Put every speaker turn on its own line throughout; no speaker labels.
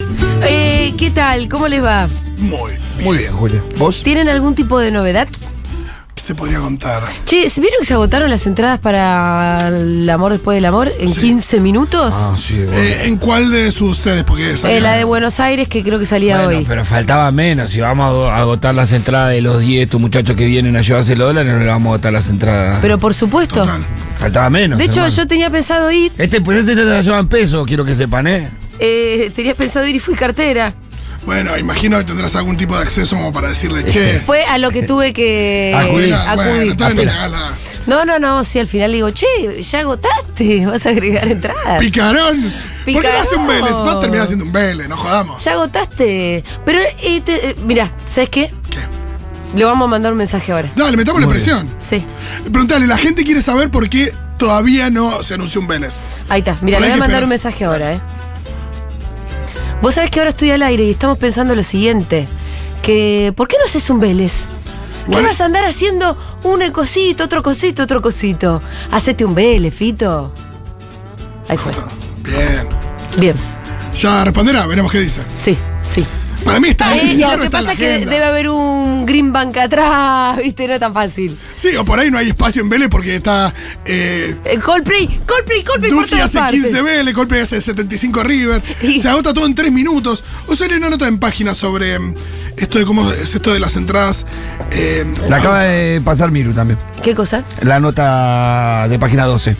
¿Qué, Eh, ¿Qué tal? ¿Cómo les va?
Muy bien. Muy bien, Julia. ¿Vos?
¿Tienen algún tipo de novedad?
¿Qué te podría contar?
Che, ¿vieron que se agotaron las entradas para el amor después del amor en
Sí.
15 minutos?
Ah, sí, bueno.
Eh, ¿En cuál de sus sedes? Porque
Eh,
salió-
la de Buenos Aires que creo que salía
Bueno,
hoy.
pero faltaba menos. Si vamos a do- a agotar las entradas de los 10, estos muchachos que vienen a llevarse los dólares, no le vamos a agotar las entradas.
Pero por supuesto.
Total.
faltaba menos.
De hecho,
hermano.
yo tenía pensado ir,
Este, pues este te la llevan peso, quiero que sepan, ¿eh?
eh, tenía pensado ir y fui cartera.
Bueno, imagino que tendrás algún tipo de acceso como para decirle, che,
Fue a lo que tuve que
Eh.
ah,
Acudir.
acudir.
mira, Eh. bueno, entonces no le hagas la-
No, no, no, sí, al final le digo, che, ya agotaste, vas a agregar entradas.
Picarón. ¿Por qué no hace un
Picarón.
Vélez? Va a terminar haciendo un Vélez, no jodamos.
Ya agotaste. Pero, eh, te- eh, mirá, ¿sabes qué?
¿Qué?
Le vamos a mandar un mensaje ahora.
Dale, metamos la presión.
Sí,
Preguntale, la gente quiere saber por qué todavía no se anunció un Vélez.
ahí está. Mira,
Por
le
ahí
voy a
que
mandar
espero.
un mensaje ahora, ¿eh? Vos sabés que ahora estoy al aire y estamos pensando lo siguiente. Que, ¿por qué no haces un Vélez? ¿Qué
Igual-
vas a andar haciendo un cosito, otro cosito, otro cosito? Hacete un Vélez, Fito. Ahí fue.
Bien.
Bien,
Ya responderá, veremos qué dice.
sí, sí.
Para mí está
Eh,
el
lo
cierre está
que
en
pasa
la
es que
agenda.
debe haber un green bank atrás, ¿viste? No es tan fácil.
Sí, o por ahí no hay espacio en Vélez porque está eh,
Eh, Coldplay, Coldplay, Coldplay por
Duki
todas
hace
partes.
15 Vélez, golpe hace 75 River.
Y-
Se agota todo en 3 minutos. O sale una nota en página sobre mm, esto de cómo es esto de las entradas. eh,
La acaba de pasar Miru también.
¿Qué cosa?
La nota de página 12.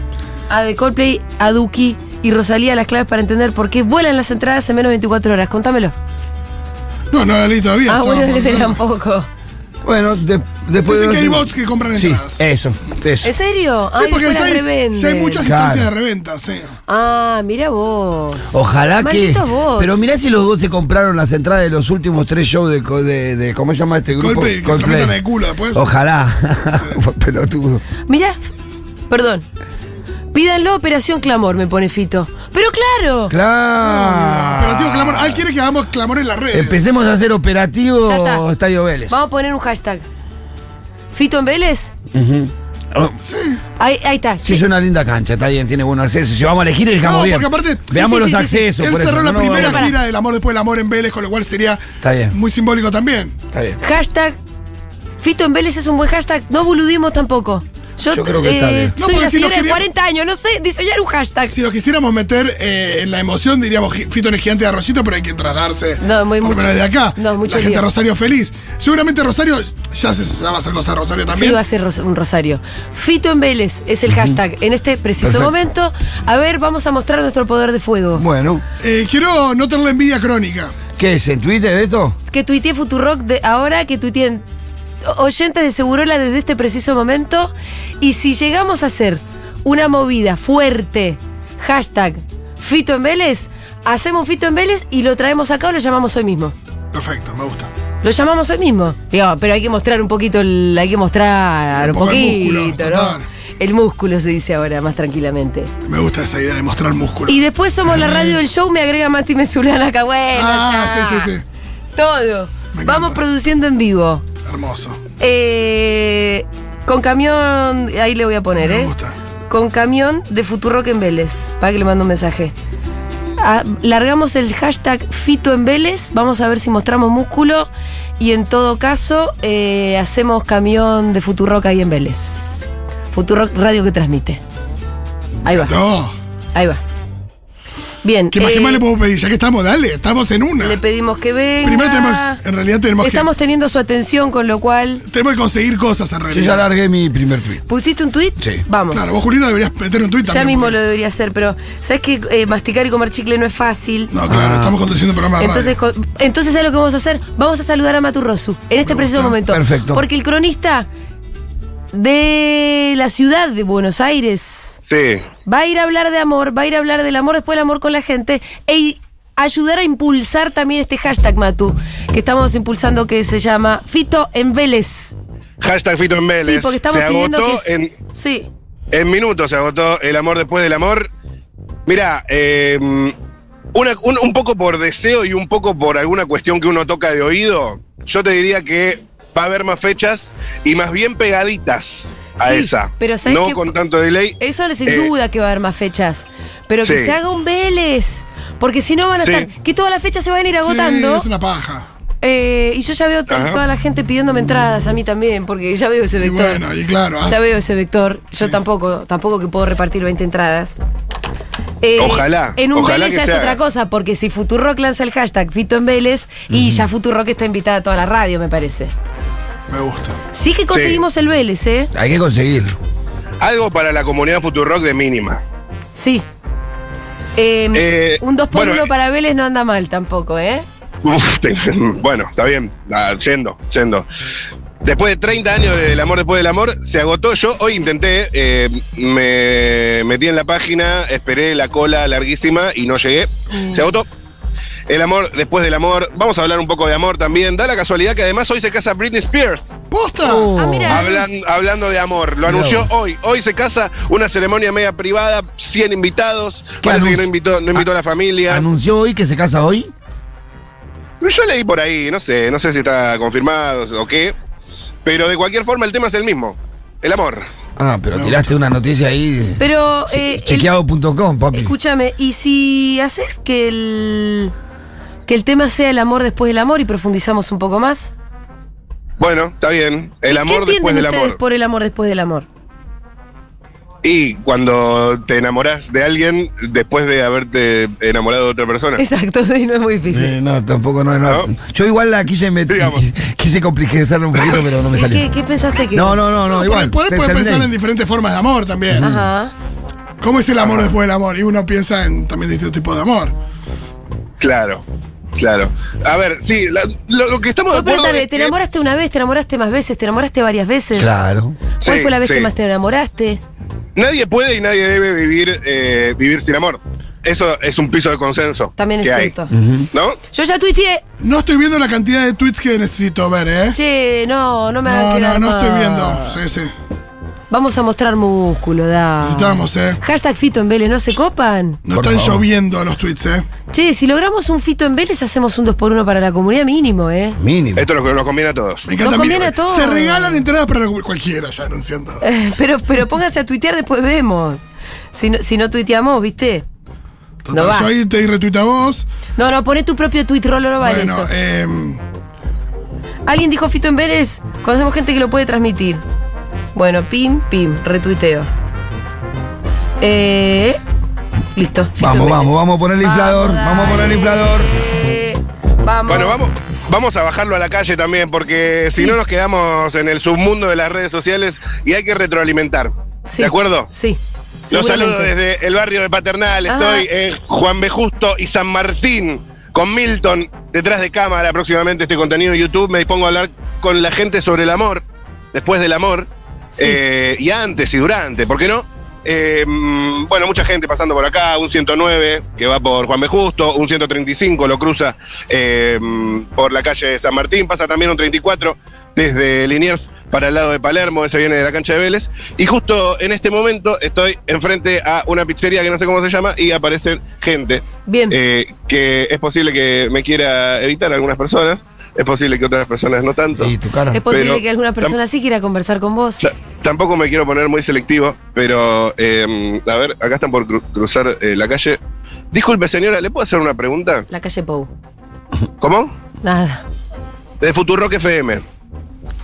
A de Coldplay, a Duki y Rosalía las claves para entender por qué vuelan las entradas en menos de 24 horas. Contámelo.
No, no la leí todavía.
ah,
estaba
bueno, le
por-
verán poco.
Bueno, de- después
Dicen
de.
que hay bots que compran
Sí,
entradas.
eso, eso.
¿En serio?
Sí,
Ay,
porque
después
ya
las
hay,
revenden.
ya hay muchas
Claro. Oh,
instancias de reventa, sí.
Ah, mira vos.
Ojalá que.
Malditos bots.
Pero mirá si los dos se compraron las entradas de los últimos tres shows de. co- de, de- ¿Cómo se llama este grupo?
Golpe, que se lo metan en el culo después.
Ojalá. Pelotudo.
Mirá, perdón. Pídanlo Operación Clamor, me pone Fito. Pero claro.
Claro.
Pero tío,
Ah.
ah, eh. clamor. Al quiere que hagamos clamor en las redes.
Empecemos a hacer operativo
Ya está.
Estadio Vélez.
Vamos a poner un hashtag. Fito en Vélez.
Oh,
Sí.
Ahí, ahí está.
Sí, es una linda cancha, está bien, tiene buen acceso. Si vamos a elegir, elijamos
No,
bien.
porque aparte-
Veamos
Sí, sí,
los
sí, sí.
accesos.
Él
por
cerró
eso,
la
no,
primera
no, no.
gira del amor después del amor en Vélez, con lo cual sería
Está bien.
muy simbólico también.
Está bien.
Hashtag Fito en Vélez es un buen hashtag. No boludimos tampoco. Yo,
Yo creo que está bien.
No,
Eh, soy
porque
una
si nos
señora de
queríamos-
40 años, no sé diseñar un hashtag.
Si nos quisiéramos meter eh, en la emoción, diríamos "Gi- Fito en el gigante de Arroyito, pero hay que trasladarse.
No, muy
por lo
mucho.
menos de acá.
No,
la
mucho
gente
lío.
de Rosario feliz. Seguramente Rosario ya, se, ya va a ser cosa de Rosario también.
Sí, va a ser ros- un rosario. Fito en Vélez es el hashtag en este preciso
Perfecto.
momento. A ver, vamos a mostrar nuestro poder de fuego.
Bueno,
Eh, quiero no tener la envidia crónica.
¿qué es? ¿En Twitter esto?
Que tuitee Futurock de ahora, que tuiteen o- oyentes de Segurola desde este preciso momento. Y si llegamos a hacer una movida fuerte, hashtag Fito en Vélez, hacemos Fito en Vélez y lo traemos acá o lo llamamos hoy mismo.
Perfecto, me gusta.
Lo llamamos hoy mismo. Digo, pero hay que mostrar un poquito, el- hay que mostrar
Un
un
poco el
poquito,
músculo,
¿no?
total.
El músculo se dice ahora más tranquilamente.
Me gusta esa idea de mostrar músculo.
Y después somos la radio del show, me agrega Mati Mesulana acá. Bueno,
ah,
ya.
sí, sí, sí.
Todo.
Me
Vamos
encanta.
produciendo en vivo.
Hermoso.
Eh, con camión, ahí le voy a poner,
Me
¿eh?
gusta.
Con camión de Futurock en Vélez, para que le mando un mensaje. Ah, largamos el hashtag Fito en Vélez, vamos a ver si mostramos músculo y en todo caso eh, hacemos camión de Futurock ahí en Vélez. Futurock radio que transmite. Ahí va,
No.
ahí va. Bien.
¿Qué más, qué
eh,
más le puedo pedir? Ya que estamos, dale, estamos en una.
le pedimos que venga.
Primero tenemos, en realidad tenemos
Estamos teniendo su atención, con lo cual...
que, tenemos que conseguir cosas en
Yo ya
realidad.
largué mi primer tweet.
¿Pusiste un tuit?
Sí.
Vamos.
Claro, vos Julita deberías meter un tuit
Ya
también,
mismo
porque-
lo debería hacer, pero sabes que eh, masticar y comer chicle no es fácil.
No, claro,
Ah.
estamos conduciendo un programa de
Entonces,
radio.
co- entonces, ¿sabes lo que vamos a hacer? Vamos a saludar a Maturrosu en este
Me
preciso
gusta.
momento.
Perfecto.
Porque el cronista de la ciudad de Buenos Aires
Sí,
va a ir a hablar de amor, va a ir a hablar del amor, después el amor con la gente e i- ayudar a impulsar también este hashtag, Matu, que estamos impulsando que se llama Fito en Vélez.
hashtag Fito en Vélez.
Sí, porque estamos
se
pidiendo
agotó
que...
en,
Sí.
en minutos, se agotó el amor después del amor. Mirá, eh, una- un, un poco por deseo y un poco por alguna cuestión que uno toca de oído, yo te diría que va a haber más fechas y más bien pegaditas a
Sí,
esa.
pero ¿sabés
no
qué?
con tanto delay.
Eso sin
Eh,
duda que va a haber más fechas. Pero que
sí.
se haga un Vélez. Porque si no van a
Sí.
estar. Que todas las fechas se van a ir
Sí,
agotando.
es una paja.
eh, y yo ya veo to-
Ajá.
toda la gente pidiéndome entradas a mí también. Porque ya veo ese
Y
vector.
bueno, y claro. ah,
Ya veo ese vector. Yo
Sí.
tampoco, tampoco que puedo repartir 20 entradas. Eh,
Ojalá,
En un
ojalá
Vélez
que
ya es
se
otra
haga.
cosa, porque si Futurock lanza el hashtag Fito en Vélez, y ya Futurock está invitada a toda la radio, me parece.
Me gusta.
Sí que conseguimos el Vélez, ¿eh?
Hay que conseguirlo.
Algo para la comunidad Futurock de mínima.
Sí. Eh,
Eh,
un 2 por 1
bueno, eh.
para Vélez no anda mal tampoco, ¿eh?
Uf, te- bueno, está bien. Ah, yendo, yendo. Después de 30 años del amor después del amor, se agotó. Yo hoy intenté, eh, me metí en la página, esperé la cola larguísima y no llegué.
Mm.
Se agotó. El amor después del amor. Vamos a hablar un poco de amor también. Da la casualidad que además hoy se casa Britney Spears.
¡Posta!
Ah, mira.
Hablan- hablando de amor, lo anunció
vos.
hoy. Hoy se casa una ceremonia media privada, 100 invitados.
¿Qué
Parece que
anuncio?
no invitó, no invitó a la familia.
¿Anunció hoy que se casa hoy?
Yo leí por ahí, no sé, no sé si está confirmado o qué. Pero de cualquier forma el tema es el mismo. El amor.
Ah, pero tiraste una noticia ahí.
Pero, eh, el-
Chequeado.com, papi.
escúchame, ¿y si haces que el, que el tema sea el amor después del amor y profundizamos un poco más?
Bueno, está bien. El
¿Qué
amor después
entienden
del
ustedes
amor.
por el amor después del amor?
Y cuando te enamorás de alguien después de haberte enamorado de otra persona.
Exacto, sí, no es muy difícil.
Eh, no, tampoco no, no.
No.
Yo igual la quise meter.
Digamos.
Quise, quise complejizarla un poquito, pero no me
¿Y qué,
salió.
qué pensaste que.?
No, no, no, no, igual. Mm.
Podés
te-
podés
terminé.
pensar en diferentes formas de amor también.
Ajá.
¿Cómo es el amor después del amor? Y uno piensa en también distintos tipos de amor.
Claro, claro. A ver, sí, la- lo, lo que estamos de
Vos
acuerdo.
preguntale,
es
¿te
que-
enamoraste una vez? ¿Te enamoraste más veces? ¿Te enamoraste varias veces?
Claro.
¿Cuál
Sí,
fue la vez
sí.
que más te enamoraste?
Nadie puede y nadie debe vivir, eh, vivir sin amor. Eso es un piso de consenso.
También es
que hay,
cierto.
¿No?
Yo ya tuiteé.
No estoy viendo la cantidad de tweets que necesito ver, ¿eh?
Che, no, no me hagan
No, no,
quedar
no estoy
mal.
viendo. Sí, sí.
Vamos a mostrar músculo, da.
Necesitamos, ¿eh?
Hashtag Fito en Vélez, ¿no se copan?
No
Por
están
favor.
lloviendo los tweets, ¿eh?
Che, si logramos un Fito en Vélez, hacemos un 2x1 para la comunidad mínimo, ¿eh?
Mínimo.
Esto es lo que nos conviene a todos.
Me encanta.
Nos conviene
mira,
a todos.
Se regalan entradas para la- cualquiera ya anunciando.
Eh, Pero, pero pónganse a tuitear, después vemos. Si no, si no tuiteamos, ¿viste?
Total,
va.
yo ahí te retuita vos.
No, no, poné tu propio tuit, Rolo, no vale
bueno,
eso.
em,
Alguien dijo Fito en Vélez, conocemos gente que lo puede transmitir. Bueno, pim, pim, retuiteo. Eh, listo. Fito en
Vamos,
Vélez.
vamos, vamos a poner el inflador.
Vamos,
Vamos a poner el inflador.
Eh, Vamos.
Bueno, vamos, vamos a bajarlo a la calle también, porque si
Sí.
no nos quedamos en el submundo de las redes sociales y hay que retroalimentar.
Sí,
¿De acuerdo?
Sí.
Los saludo
seguramente.
desde el barrio de Paternal.
Ajá.
Estoy en Juan B. Justo y San Martín con Milton detrás de cámara próximamente este contenido en YouTube. Me dispongo a hablar con la gente sobre el amor, después del amor,
Sí.
eh, y antes y durante, ¿por qué no? Eh, mm, bueno, mucha gente pasando por acá, un 109 que va por Juan B. Justo, un 135 lo cruza eh, mm, por la calle de San Martín, pasa también un 34 desde Liniers para el lado de Palermo, ese viene de la cancha de Vélez. Y justo en este momento estoy enfrente a una pizzería que no sé cómo se llama y aparecen gente
Bien.
eh, que es posible que me quiera evitar algunas personas, es posible que otras personas no tanto.
Y tu cara.
es posible
pero-
que alguna persona sí quiera conversar con vos.
Ta- Tampoco me quiero poner muy selectivo, pero eh, a ver, acá están por cru- cruzar eh, la calle. Disculpe, señora, ¿le puedo hacer una pregunta?
La calle Pou.
¿Cómo?
Nada.
De Futurock FM.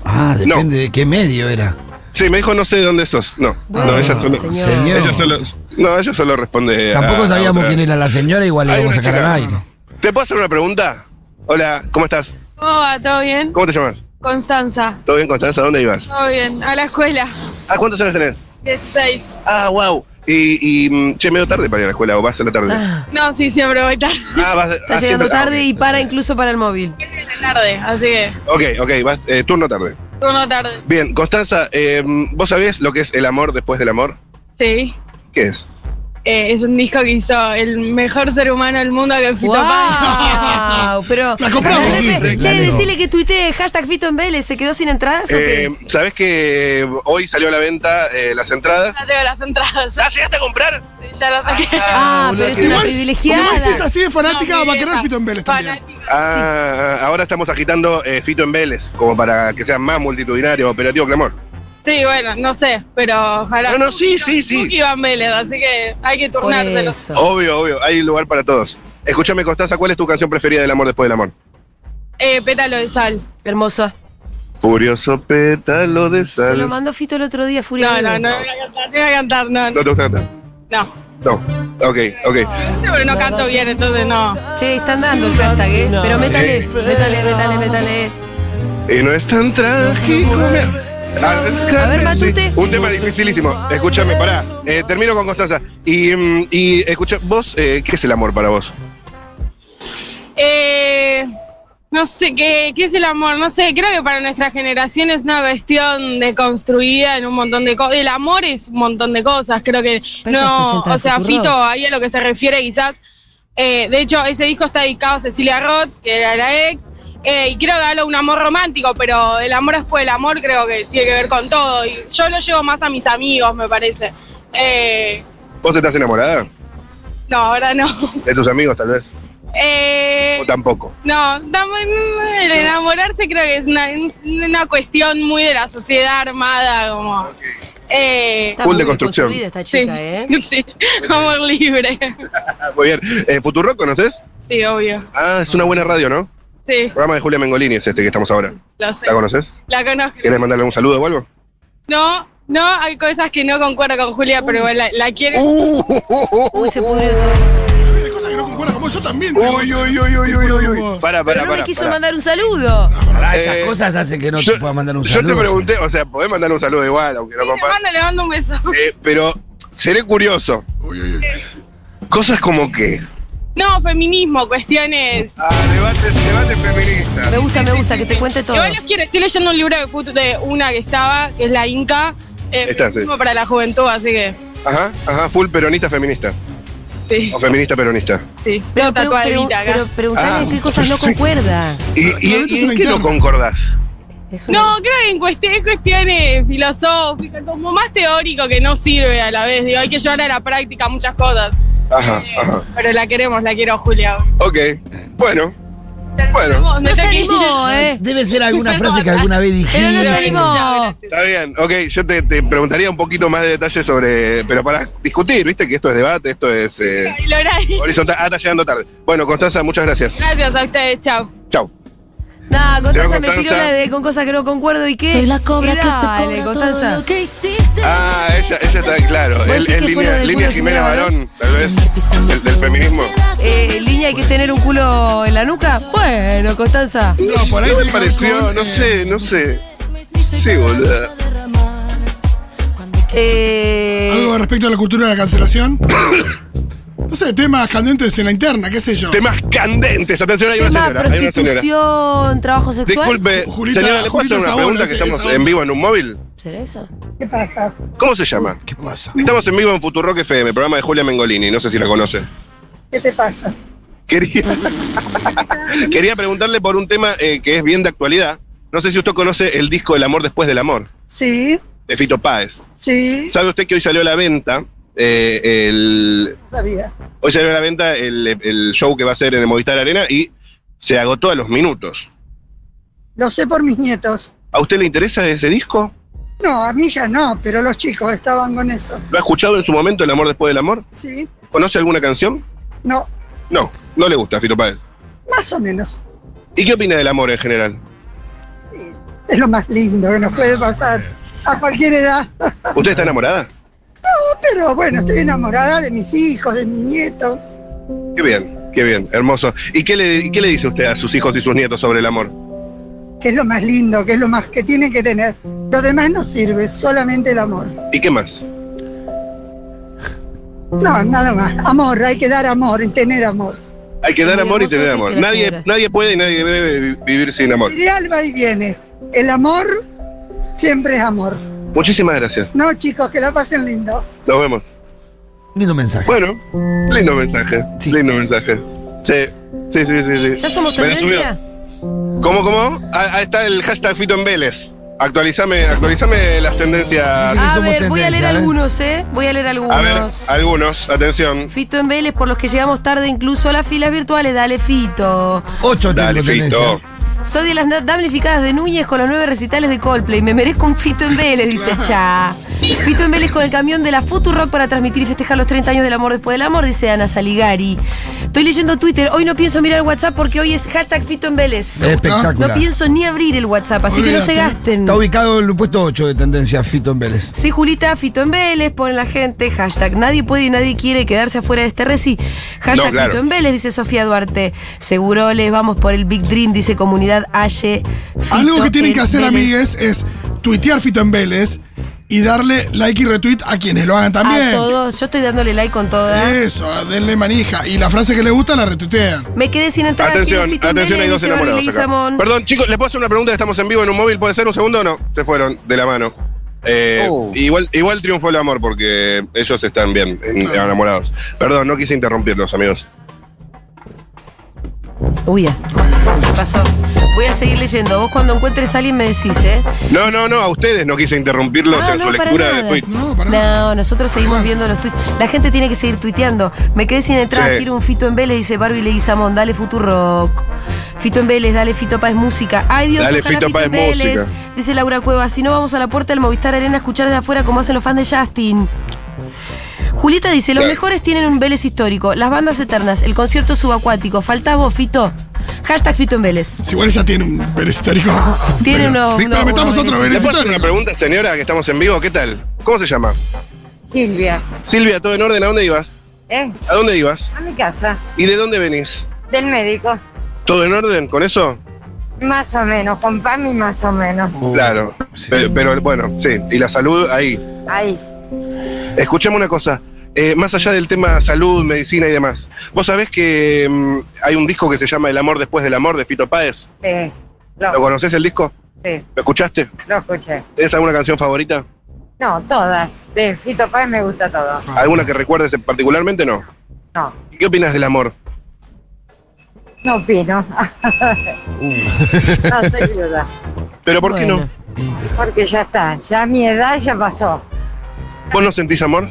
Ah, depende de qué medio era.
Sí, me dijo no sé de dónde sos. No,
Bueno,
no, ella solo,
señor.
ella solo- no, ella solo responde. a-
Tampoco
a
sabíamos
Eh, otra.
quién era la señora, igual la
Hay
íbamos a
una
sacar al
chica.
aire.
¿Te puedo hacer una pregunta? Hola, ¿cómo estás?
¿Cómo va? ¿Todo bien?
¿Cómo te llamas?
Constanza.
¿Todo bien, Constanza? ¿Dónde ibas?
Todo bien. A la escuela.
Ah, ¿cuántos años tenés?
16.
Ah, wow. Y, y mm, che, medio tarde para ir a la escuela o vas a la tarde. Ah,
Ah,
No, sí, siempre voy tarde.
vas
está
ah,
llegando
siempre- ah,
tarde y para incluso para el móvil.
tarde, así que
Ok, ok, vas, eh, turno tarde.
turno tarde.
Bien, Constanza, eh, ¿vos sabés lo que es el amor después del amor?
Sí.
¿Qué es?
Eh, es un disco que hizo el mejor ser humano del mundo que es Fito Páez.
¡Wow! pero.
La compramos,
Pero,
dijiste,
Ah, Che,
claro.
decirle que tuitee hashtag Fito en Vélez, ¿se quedó sin entradas o qué?
Eh, ¿Sabés que hoy salió a la venta eh, las entradas?
Ya tengo las entradas.
¿Ah, llegaste a comprar?
Ya las saqué.
Ah,
boludo,
pero es
que-
una
Igual,
privilegiada.
Porque vos decís así de fanática,
No,
va a
mi
querer
vieja.
Fito en Vélez también.
Fanática.
Ah, ahora estamos agitando eh, Fito en Vélez, como para que sea más multitudinario, operativo clamor.
Sí, bueno, no sé, pero ojalá.
No, no, sí, sí, sí.
Tuki Van Vélez, así que hay que
Por
turnárselo.
eso.
Obvio, obvio, hay lugar para todos. Escúchame, Costanza, ¿cuál es tu canción preferida del amor después del amor?
Eh, pétalo de sal.
Hermosa.
Furioso pétalo de
Se
sal.
lo mandó Fito el otro día, Furia.
No, no,
Vélez.
no, voy a cantar, no voy a cantar, no,
¿No
no.
te gusta cantar? No. Ok, ok.
Pero no canto bien, entonces no.
Che, están dando el hashtag, ¿eh? Pero métale, métale, métale, métale.
Y no es tan trágico. A
ver, Matute.
Un tema dificilísimo. Escúchame, pará. Eh, termino con Constanza. Y, mm, y escucha, vos, eh, ¿qué es el amor para vos?
Eh, no sé, ¿qué, ¿qué es el amor? No sé, creo que para nuestra generación es una cuestión de construida en un montón de cosas. El amor es un montón de cosas, creo que
Pero eso
no.
sienta
O sea,
futuro.
Fito, ahí a lo que se refiere quizás. eh, de hecho, ese disco está dedicado a Cecilia Roth, que era la ex. eh, y creo que habla de un amor romántico, pero el amor después del amor creo que tiene que ver con todo. Y yo lo llevo más a mis amigos, me parece. Eh,
¿Vos estás enamorada?
no, ahora no.
¿De tus amigos, tal vez?
Eh,
¿O tampoco?
No, dame- el enamorarse creo que es una, una cuestión muy de la sociedad armada, como... Eh,
Está
Full
muy
de construcción.
deconstruida esta
sí,
chica, ¿eh?
sí, amor libre.
Ah, muy bien. Eh, ¿Futurock conoces?
Sí, obvio.
Ah, es una buena radio, ¿no?
Sí,
Programa de Julia Mengolini es este que estamos ahora.
lo sé.
¿La conoces?
La conozco.
¿Querés mandarle un saludo o algo?
No, no, hay cosas que no concuerdo con Julia, pero igual la, la quiero.
Uh,
Uy, se pudrió.
Hay cosas que no concuerdan como yo también. tengo-
Uy, uy, uy, uy, uy, uy, uy. Para,
Pero
para,
no me
para.
quiso mandar un saludo.
Pará, esas
Eh,
cosas hacen que no te pueda mandar un saludo.
Yo te pregunté, o sea, podés mandar un saludo igual, aunque no
Le
compartas.
mando, le mando un beso.
Eh, pero seré curioso.
Uy, uy, uy.
Cosas como que.
No, feminismo, cuestiones...
Ah, debate, debate feminista.
Me gusta, me gusta, que te cuente todo.
Igual los quiero, estoy leyendo un libro de, fut- de una que estaba, que es la Inca, eh,
Está, sí.
feminismo para la juventud, así que
Ajá, ajá, full peronista feminista.
sí,
O feminista peronista.
sí.
Pero,
Tengo tatuadita acá.
pero preguntale
Ah,
qué cosas no
sí.
concuerda.
¿Y, y,
Claramente
y
es una
en qué no
interna.
concordás?
Es una-
No, creo que en cuestión, en cuestiones filosóficas, como más teórico que no sirve a la vez. Digo, hay que llevar a la práctica muchas cosas.
Ajá,
Eh,
ajá.
Pero la queremos, la quiero, Julia.
Ok, bueno. Bueno,
Vos, me
No se
tengo que ir.
animó, ¿eh?
Debe ser alguna frase que alguna vez dijiste.
Pero no se
Chao,
animó.
gracias.
está bien. Ok, yo te, te preguntaría un poquito más de detalle sobre. Pero para discutir, viste que esto es debate, esto es. eh,
El horario.
horizontal. Ah, está llegando tarde. Bueno, Constanza, muchas gracias.
Gracias a ustedes, chao.
Chau.
Nah, Constanza me
Constanza.
tiró la de con cosas que no concuerdo y qué.
Soy la cobra
Y
que se
dale,
cobra
Constanza.
todo lo que hiciste.
Ah, ella, ella está claro.
¿Vos
Es
decís que fue lo
línea,
del
línea
culo
Jimena
Jimena
Barón, tal vez. Del, del feminismo.
Eh, línea hay que tener un culo en la nuca. Bueno, Constanza.
No, por ahí
No me
te
pareció,
con,
no
eh,
sé, no sé.
Sí,
boluda.
Eh,
Algo respecto a la cultura de la cancelación. No sé, temas candentes en la interna, qué sé yo.
Temas candentes. Atención, hay una
tema
señora. Hay una señora.
prostitución, trabajo sexual.
Disculpe,
Julita-
señora, ¿le puedo hacer
Julita
una
Sabola,
pregunta
ese-
que estamos
esa
en
onda.
vivo en un móvil?
¿Será eso?
¿Cómo se llama?
¿Qué pasa?
Estamos en vivo en Futurock FM, programa de Julia Mengolini, no sé si la conoce. ¿Qué te pasa? Quería, quería preguntarle por un tema eh, que es bien de actualidad. No sé si usted conoce el disco El amor después del amor,
Sí,
de Fito Páez.
sí,
¿Sabe usted que hoy salió a la venta eh, el,
sabía.
Hoy salió a la venta el, el show que va a ser en el Movistar Arena y se agotó a los minutos.
Lo sé por mis nietos.
¿A usted le interesa ese disco?
No, a mí ya no, pero los chicos estaban con eso.
¿Lo ha escuchado en su momento, El amor después del amor?
Sí,
¿Conoce alguna canción?
no,
No, no le gusta Fito Páez.
más o menos.
¿Y qué opina del amor en general?
Es lo más lindo que nos puede pasar a cualquier edad.
¿Usted está enamorada?
Pero bueno, estoy enamorada de mis hijos, de mis nietos.
Qué bien, qué bien, hermoso. ¿Y qué le, y qué le dice usted a sus hijos y sus nietos sobre el amor?
Que es lo más lindo, que es lo más que tienen que tener. Lo demás no sirve, solamente el amor.
¿Y qué más?
No, nada más. Amor, hay que dar amor y tener amor.
Hay que dar
Muy
amor y
hermoso
tener
que
amor.
dice la
Nadie,
señora.
nadie puede y nadie debe vi- vivir sin amor.
El alma y viene. El amor siempre es amor.
Muchísimas gracias.
No, chicos, que la pasen lindo.
Nos vemos.
Lindo mensaje.
Bueno, lindo mensaje.
Sí.
Lindo mensaje. Sí. Sí, sí, sí, sí.
¿Ya somos
Pero
tendencia?
subió. ¿Cómo, cómo? Ah, ahí está el hashtag Fito en Vélez. Actualizame, actualizame las tendencias.
Ah, A
somos
ver, voy a
tendencia,
leer
a ver.
algunos, ¿eh? Voy a leer algunos.
A ver, algunos, atención.
Fito en Vélez, por los que llegamos tarde incluso a las filas virtuales, dale Fito.
Ocho
Dale,
tengo
Fito.
tendencia.
Soy de las na- damnificadas de Núñez con los nueve recitales de Coldplay. Me merezco un Fito en Vélez, dice Cha. Fito en Vélez con el camión de la Futurock para transmitir y festejar los 30 años del amor después del amor, dice Ana Saligari. Estoy leyendo Twitter. Hoy no pienso mirar WhatsApp porque hoy es hashtag Fito en Vélez. No
Espectacular.
pienso ni abrir el WhatsApp, así que no se
Olvídate.
gasten.
Está ubicado en el puesto 8 de tendencia, Fito en Vélez.
Sí, Julita, Fito en Vélez, pone la gente, hashtag nadie puede y nadie quiere quedarse afuera de este reci. Hashtag
No, claro.
Fito en Vélez, dice Sofía Duarte. Seguro les vamos por el Big Dream, dice comunidad Aye. Fito
Algo que tienen
en
que hacer,
Vélez.
amigues, es tuitear Fito en Vélez y darle like y retweet a quienes lo hagan
A
también.
todos, yo estoy dándole like con toda.
Eso, denle manija. Y la frase que le gusta la retuitean.
Me quedé sin entrar aquí en
Atención,
Fito en
atención,
Vélez,
hay dos
dice Barbie
enamorados. acá.
Leguizamón.
Perdón, chicos, ¿les puedo hacer una pregunta que estamos en vivo en un móvil? ¿Puede ser un segundo o no? Se fueron de la mano. Eh, igual, igual triunfó el amor porque ellos están bien en- enamorados. Perdón, no quise interrumpirlos, amigos.
Uy, ya. ¿Qué pasó? Voy a seguir leyendo. Vos cuando encuentres a alguien me decís, ¿eh?
No, no, no, a ustedes no quise interrumpirlos
Ah,
en
no,
su
para
lectura
nada.
de tweets.
No, para nada.
No, nosotros seguimos
Claro.
viendo los tweets. La gente tiene que seguir tuiteando. Me quedé sin entrada,
Sí.
quiero un Fito en Vélez, dice Barbie Leguizamón. Dale Futurock. Fito en Vélez, dale Fito Páez Música. Ay Dios,
Dale,
ojalá
Fito Páez
en Vélez.
Música.
Dice Laura Cueva, si no vamos a la puerta del Movistar Arena a escuchar de afuera como hacen los fans de Justin. Julieta dice, los
Claro.
mejores tienen un Vélez histórico, las bandas eternas, el concierto subacuático, faltás vos, Fito. Hashtag Fito en Vélez.
Si igual ya tiene un Vélez histórico.
Ah, Tiene
Pero-
uno-
Sí,
uno-
Pero metamos
uno
otro
Vélez
Vélez
¿Les puedo hacer una
histórico.
pregunta, señora, que estamos en vivo? ¿Qué tal? ¿Cómo se llama?
Silvia,
Silvia, ¿todo en orden? ¿A dónde ibas?
¿eh?
¿A dónde ibas?
A mi casa,
¿Y de dónde venís?
del médico.
¿Todo en orden con eso?
Más o menos, con Pami más o menos.
Claro. Pero, pero, bueno, sí. Y la salud ahí.
Ahí.
Escuchame una cosa. eh, más allá del tema salud, medicina y demás, vos sabés que mm, hay un disco que se llama El amor después del amor de Fito Páez.
Sí. Lo,
¿Lo conocés el disco?
sí,
¿Lo escuchaste?
lo escuché.
¿Tenés alguna canción favorita?
No, todas. De Fito Páez me gusta todo.
¿Alguna que recuerdes particularmente? No.
No,
¿Y ¿Qué opinas del amor?
no opino. no soy viuda.
¿Pero por qué
Bueno.
no?
Porque ya está. Ya mi edad ya pasó.
¿Vos no sentís amor?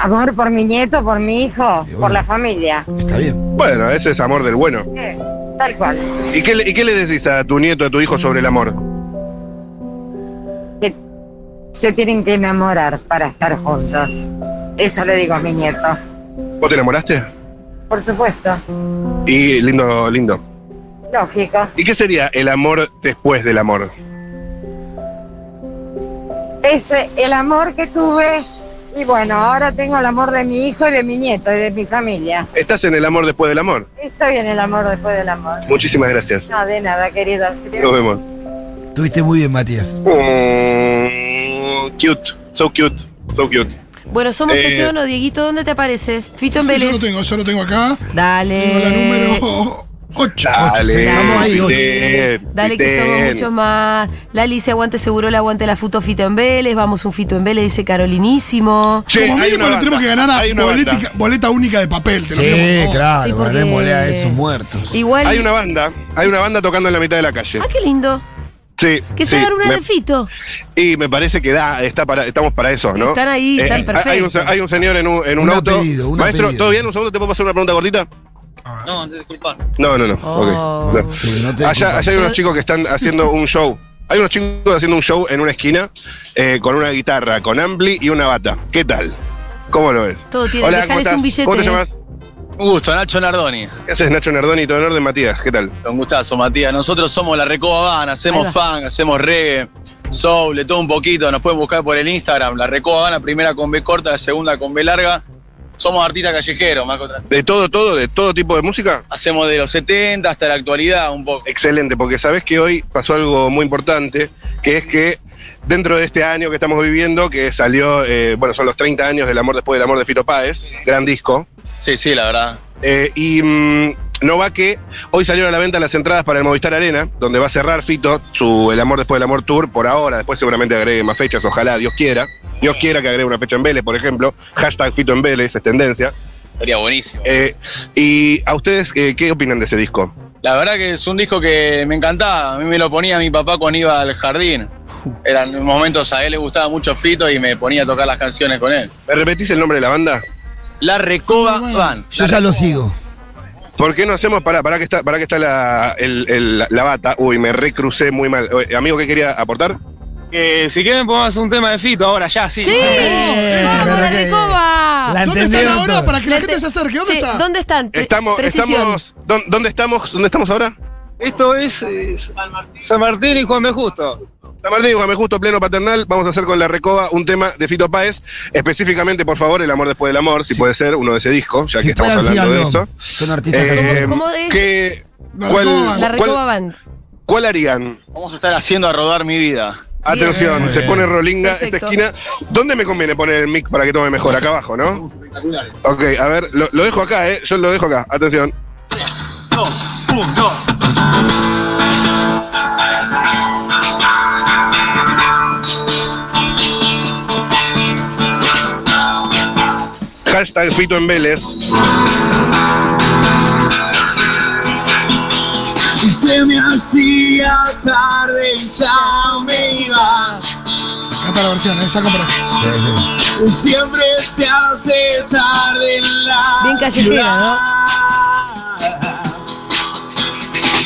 Amor por mi nieto, por mi hijo,
Y
por
bueno.
la familia.
Está bien.
Bueno, ese es amor del bueno.
Sí, tal cual.
¿Y qué, le- ¿Y qué le decís a tu nieto, a tu hijo sobre el amor?
Se tienen que enamorar para estar juntos. Eso le digo a mi nieto.
¿Vos te enamoraste?
Por supuesto.
Y lindo, lindo.
Lógico.
¿Y qué sería el amor después del amor?
es eh, el amor que tuve y bueno, ahora tengo el amor de mi hijo y de mi nieto y de mi familia.
Estás en el amor después del amor.
Estoy en el amor después del amor.
Muchísimas gracias.
No, de nada, querido.
Nos vemos.
Estuviste muy bien, Matías.
Mm, cute, so cute, so cute.
Bueno, somos
Eh.
Teteo, no, Dieguito, ¿dónde te aparece? Fito en
Sí, yo
Vélez.
lo tengo, yo lo tengo acá. Tengo la
Dale.
número 8.
Dale,
Estamos ahí,
Fiten,
ocho. Eh, Dale que
Fiten.
somos muchos más. La Alicia aguante seguro, la aguante la Futo Fito en Vélez. Vamos un Fito en Vélez, dice Carolinísimo.
Che,
Como
hay una
mínimo le
banda,
tenemos que ganar a
hay una banda.
boletica- boleta única de papel. Te lo
Sí,
digo.
Eh, claro,
Oh, Sí, porque-
ganémosle a esos muertos.
Igual.
Hay una banda, hay una banda tocando en la mitad de la calle.
Ah, qué lindo.
Sí.
Que
sí,
se hagan una
me-
de Fito.
Y me parece que da, está para, estamos para eso, ¿no? Eh,
Están ahí,
hay-
están
Hay un,
perfectos.
hay un señor en un, en un
Un
auto.
apellido, un
Maestro,
apellido.
¿todo bien? ¿Un segundo? ¿Te puedo pasar una pregunta cortita?
No, disculpa.
No, no, no.
Oh.
ok, no.
Sí, no te
Allá,
disculpas.
allá hay unos chicos que están haciendo un show. Hay unos chicos haciendo un show en una esquina eh, con una guitarra, con ampli y una bata. ¿Qué tal? ¿Cómo lo ves?
Todo tiene-
Hola, ¿cómo
dejales
estás?
un billete,
¿Cómo te
eh.
llamas?
Un gusto, Nacho Nardoni.
¿Qué haces, Nacho Nardoni? Todo en orden, Matías. ¿Qué tal?
Con gustazo, Matías. Nosotros somos la Recoba Habana,
Ahí
hacemos funk, hacemos reggae, soul, de todo un poquito. Nos pueden buscar por el Instagram, la Recoba Habana, primera con B corta, la segunda con B larga. Somos artistas callejeros, más que otra.
¿De todo, todo? ¿De todo tipo de música?
Hacemos de los 70 hasta la actualidad un poco.
Excelente, porque sabés que hoy pasó algo muy importante, que es que dentro de este año que estamos viviendo, que salió, eh, bueno, son los 30 años del amor después del amor de Fito Páez, gran disco,
Sí, sí, la verdad.
Eh, y mm, no va que hoy salieron a la venta las entradas para el Movistar Arena, donde va a cerrar Fito su El Amor Después del Amor Tour por ahora. Después seguramente agregue más fechas, ojalá Dios quiera. Dios quiera que agregue una fecha en Vélez, por ejemplo. Hashtag Fito en Vélez es tendencia.
Sería buenísimo.
Eh, ¿Y a ustedes eh, qué opinan de ese disco?
La verdad que es un disco que me encantaba. A mí me lo ponía mi papá cuando iba al jardín. Eran momentos, a él le gustaba mucho Fito y me ponía a tocar las canciones con él.
¿Me repetís el nombre de la banda?
La Recoba Van.
Yo ya lo sigo.
¿Por qué no hacemos? Pará, pará que está, pará que está la, el- el- la bata. Uy, me recrucé muy mal. Oye, amigo, ¿qué quería aportar?
Que si quieren podemos hacer un tema de Fito ahora, ya, sí.
Eh,
¡Vamos,
pero
la
que-
recoba!
La
¿Dónde están
entendieron
ahora?
todos.
Para que la,
La
gente
ente-
se acerque, ¿dónde
Che,
están?
¿Dónde están? Pre-
Estamos,
precisión.
estamos. ¿dó- ¿Dónde estamos? ¿Dónde estamos ahora?
Esto es, eh, San Martín. y Juan B. Justo.
San Martín, Juan B. Justo, pleno paternal. Vamos a hacer con la Recoba un tema de Fito Páez. Específicamente, por favor, El amor después del amor, si
Sí.
puede ser, uno de ese disco, ya
Si
que estamos
puedan,
hablando de
síganlo.
eso.
Son artistas.
Eh,
pero-
¿Cómo es?
¿qué-
La
cuál,
Recoba.
La
cuál-
recoba band.
cuál harían?
Vamos a estar haciendo a rodar mi vida.
Atención,
Bien.
se pone rolinga
Perfecto.
esta esquina. ¿Dónde me conviene poner el mic para que tome mejor? Acá abajo, ¿no? Ok, a ver, lo, lo dejo acá, ¿eh? Yo lo dejo acá. Atención.
Dos, un, dos.
Hashtag Fito en Vélez.
Y se me hacía tarde y ya me iba.
Canta la versión, ¿eh? ya compré.
Sí, sí.
Siempre se hace tarde en la
Bien callejera, ¿no?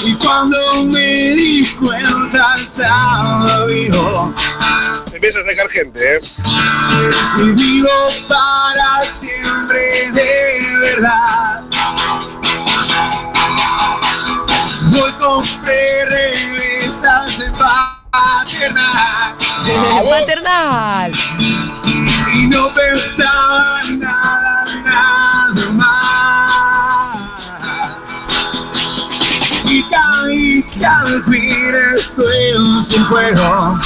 Y cuando me di cuenta estaba vivo
Se empieza a sacar gente, ¿eh?
y vivo para siempre de verdad. Voy compré revistas de paternal
Paternal.
y no pensaba nada, nada más. Y caí que al fin esto es un juego.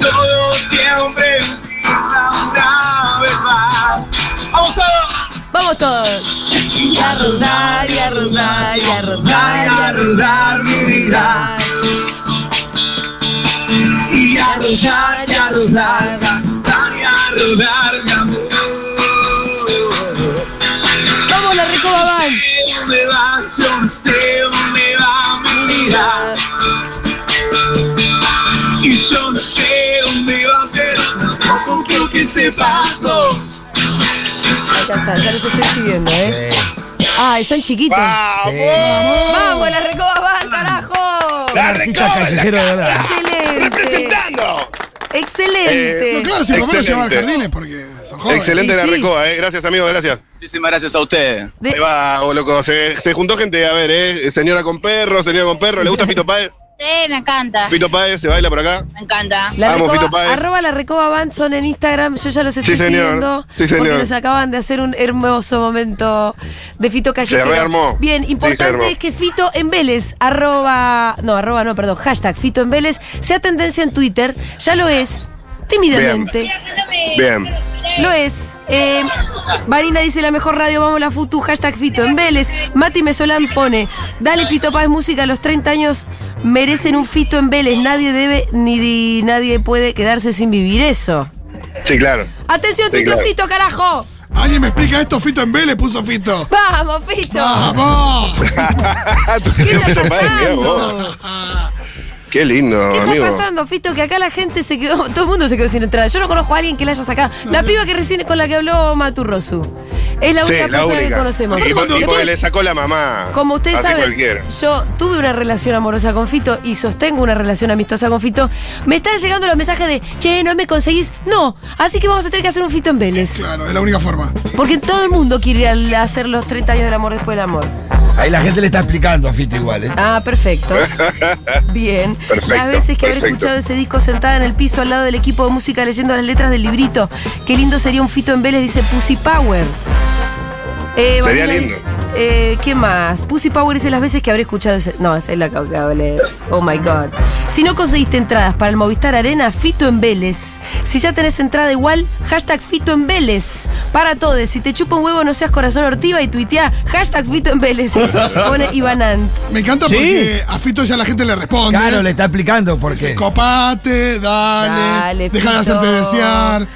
Todo siempre empieza una vez más. ¡Vamos todos!
Vamos todos.
Y a rodar, y a rodar, y a rodar, y a rodar mi vida. Y a rodar, y a rodar, y a rodar, y a rodar mi amor.
Vamos la recoba band.
Sé dónde vas, yo no sé dónde va mi vida. Y yo no sé dónde va, pero tampoco quiero que sepas vos.
Acá está, ya los estoy siguiendo, ¿eh?
Sí.
Ay, son chiquitos.
¡Vamos!
¡Vamos, la recoba band, carajo!
Un artista callejero de verdad.
¡Excelente!
¡Representando!
¡Excelente!
Eh,
No, claro, si por lo menos se va al
Excelente.
jardines porque son jóvenes.
Excelente
Y
la
sí.
recoba, ¿eh? Gracias, amigo, gracias.
Muchísimas gracias a ustedes.
De-
Ahí va, oh, loco. Se, se juntó gente, a ver, ¿eh? Señora con perro, señora con perro. ¿Le gusta Fito Páez?
Sí, me encanta.
Fito Páez, se baila por acá.
Me encanta.
La
Vamos, Fito
recoba,
Páez.
arroba la recoba band son en Instagram, yo ya los estoy
señor.
siguiendo.
Sí, señor.
Porque nos acaban de hacer un hermoso momento de Fito Callejero.
rearmó.
Bien,
Sí, se
importante
armó.
es que Fito en Vélez, arroba, no, arroba no, perdón, hashtag Fito en Vélez, sea tendencia en Twitter, ya lo es, tímidamente.
Bien.
Lo es. Eh, Marina dice la mejor radio, vamos la futu, hashtag Fito en Vélez. Mati Mesolán pone, dale Fito Paz Música, a los 30 años merecen un Fito en Vélez. Nadie debe ni di- nadie puede quedarse sin vivir eso.
Sí, claro.
¡Atención,
Sí,
Tito
claro.
Fito, carajo!
Alguien me explica esto, Fito en Vélez puso Fito.
¡Vamos, Fito!
¡Vamos!
¿Qué
Fito
está
Páez, mirá vos.
pasando?
Qué lindo,
¿Qué está
amigo.
pasando, Fito? Que acá la gente se quedó, todo el mundo se quedó sin entrada. Yo no conozco a alguien que la haya sacado. La piba que recién con la que habló Maturrosu. Es la
sí,
única
la
persona
única.
que conocemos.
Y, por- y
Después-
porque le sacó la mamá.
Como ustedes
Así
saben,
cualquiera.
yo tuve una relación amorosa con Fito y sostengo una relación amistosa con Fito. Me están llegando los mensajes de, che, no me conseguís. No, así que vamos a tener que hacer un Fito en Vélez.
Claro, es la única forma.
Porque todo el mundo quiere ir al- a hacer los 30 años del amor después del amor.
Ahí la gente le está explicando a Fito igual, ¿eh?
Ah, perfecto. Bien.
Perfecto,
Las veces que habré
perfecto.
escuchado ese disco sentada en el piso al lado del equipo de música leyendo las letras del librito. Qué lindo sería un Fito en Vélez, dice Pussy Power. Eh,
Sería
Vanina
lindo.
dice- eh, ¿Qué más? Pussy Power dice las veces que habré escuchado ese. No, esa es la que acabo de leer. Oh my God. Si no conseguiste entradas para el Movistar Arena, Fito en Vélez. Si ya tenés entrada igual, hashtag Fito en Vélez. Para todos. Si te chupa un huevo, no seas corazón ortiva y tuitea hashtag Fito en Vélez. Pone Iván Ant.
Me encanta
Sí.
porque a Fito ya la gente le responde.
Claro, le está explicando
Dice,
porque.
Copate, dale,
Dale,
deja de
Fito.
hacerte desear.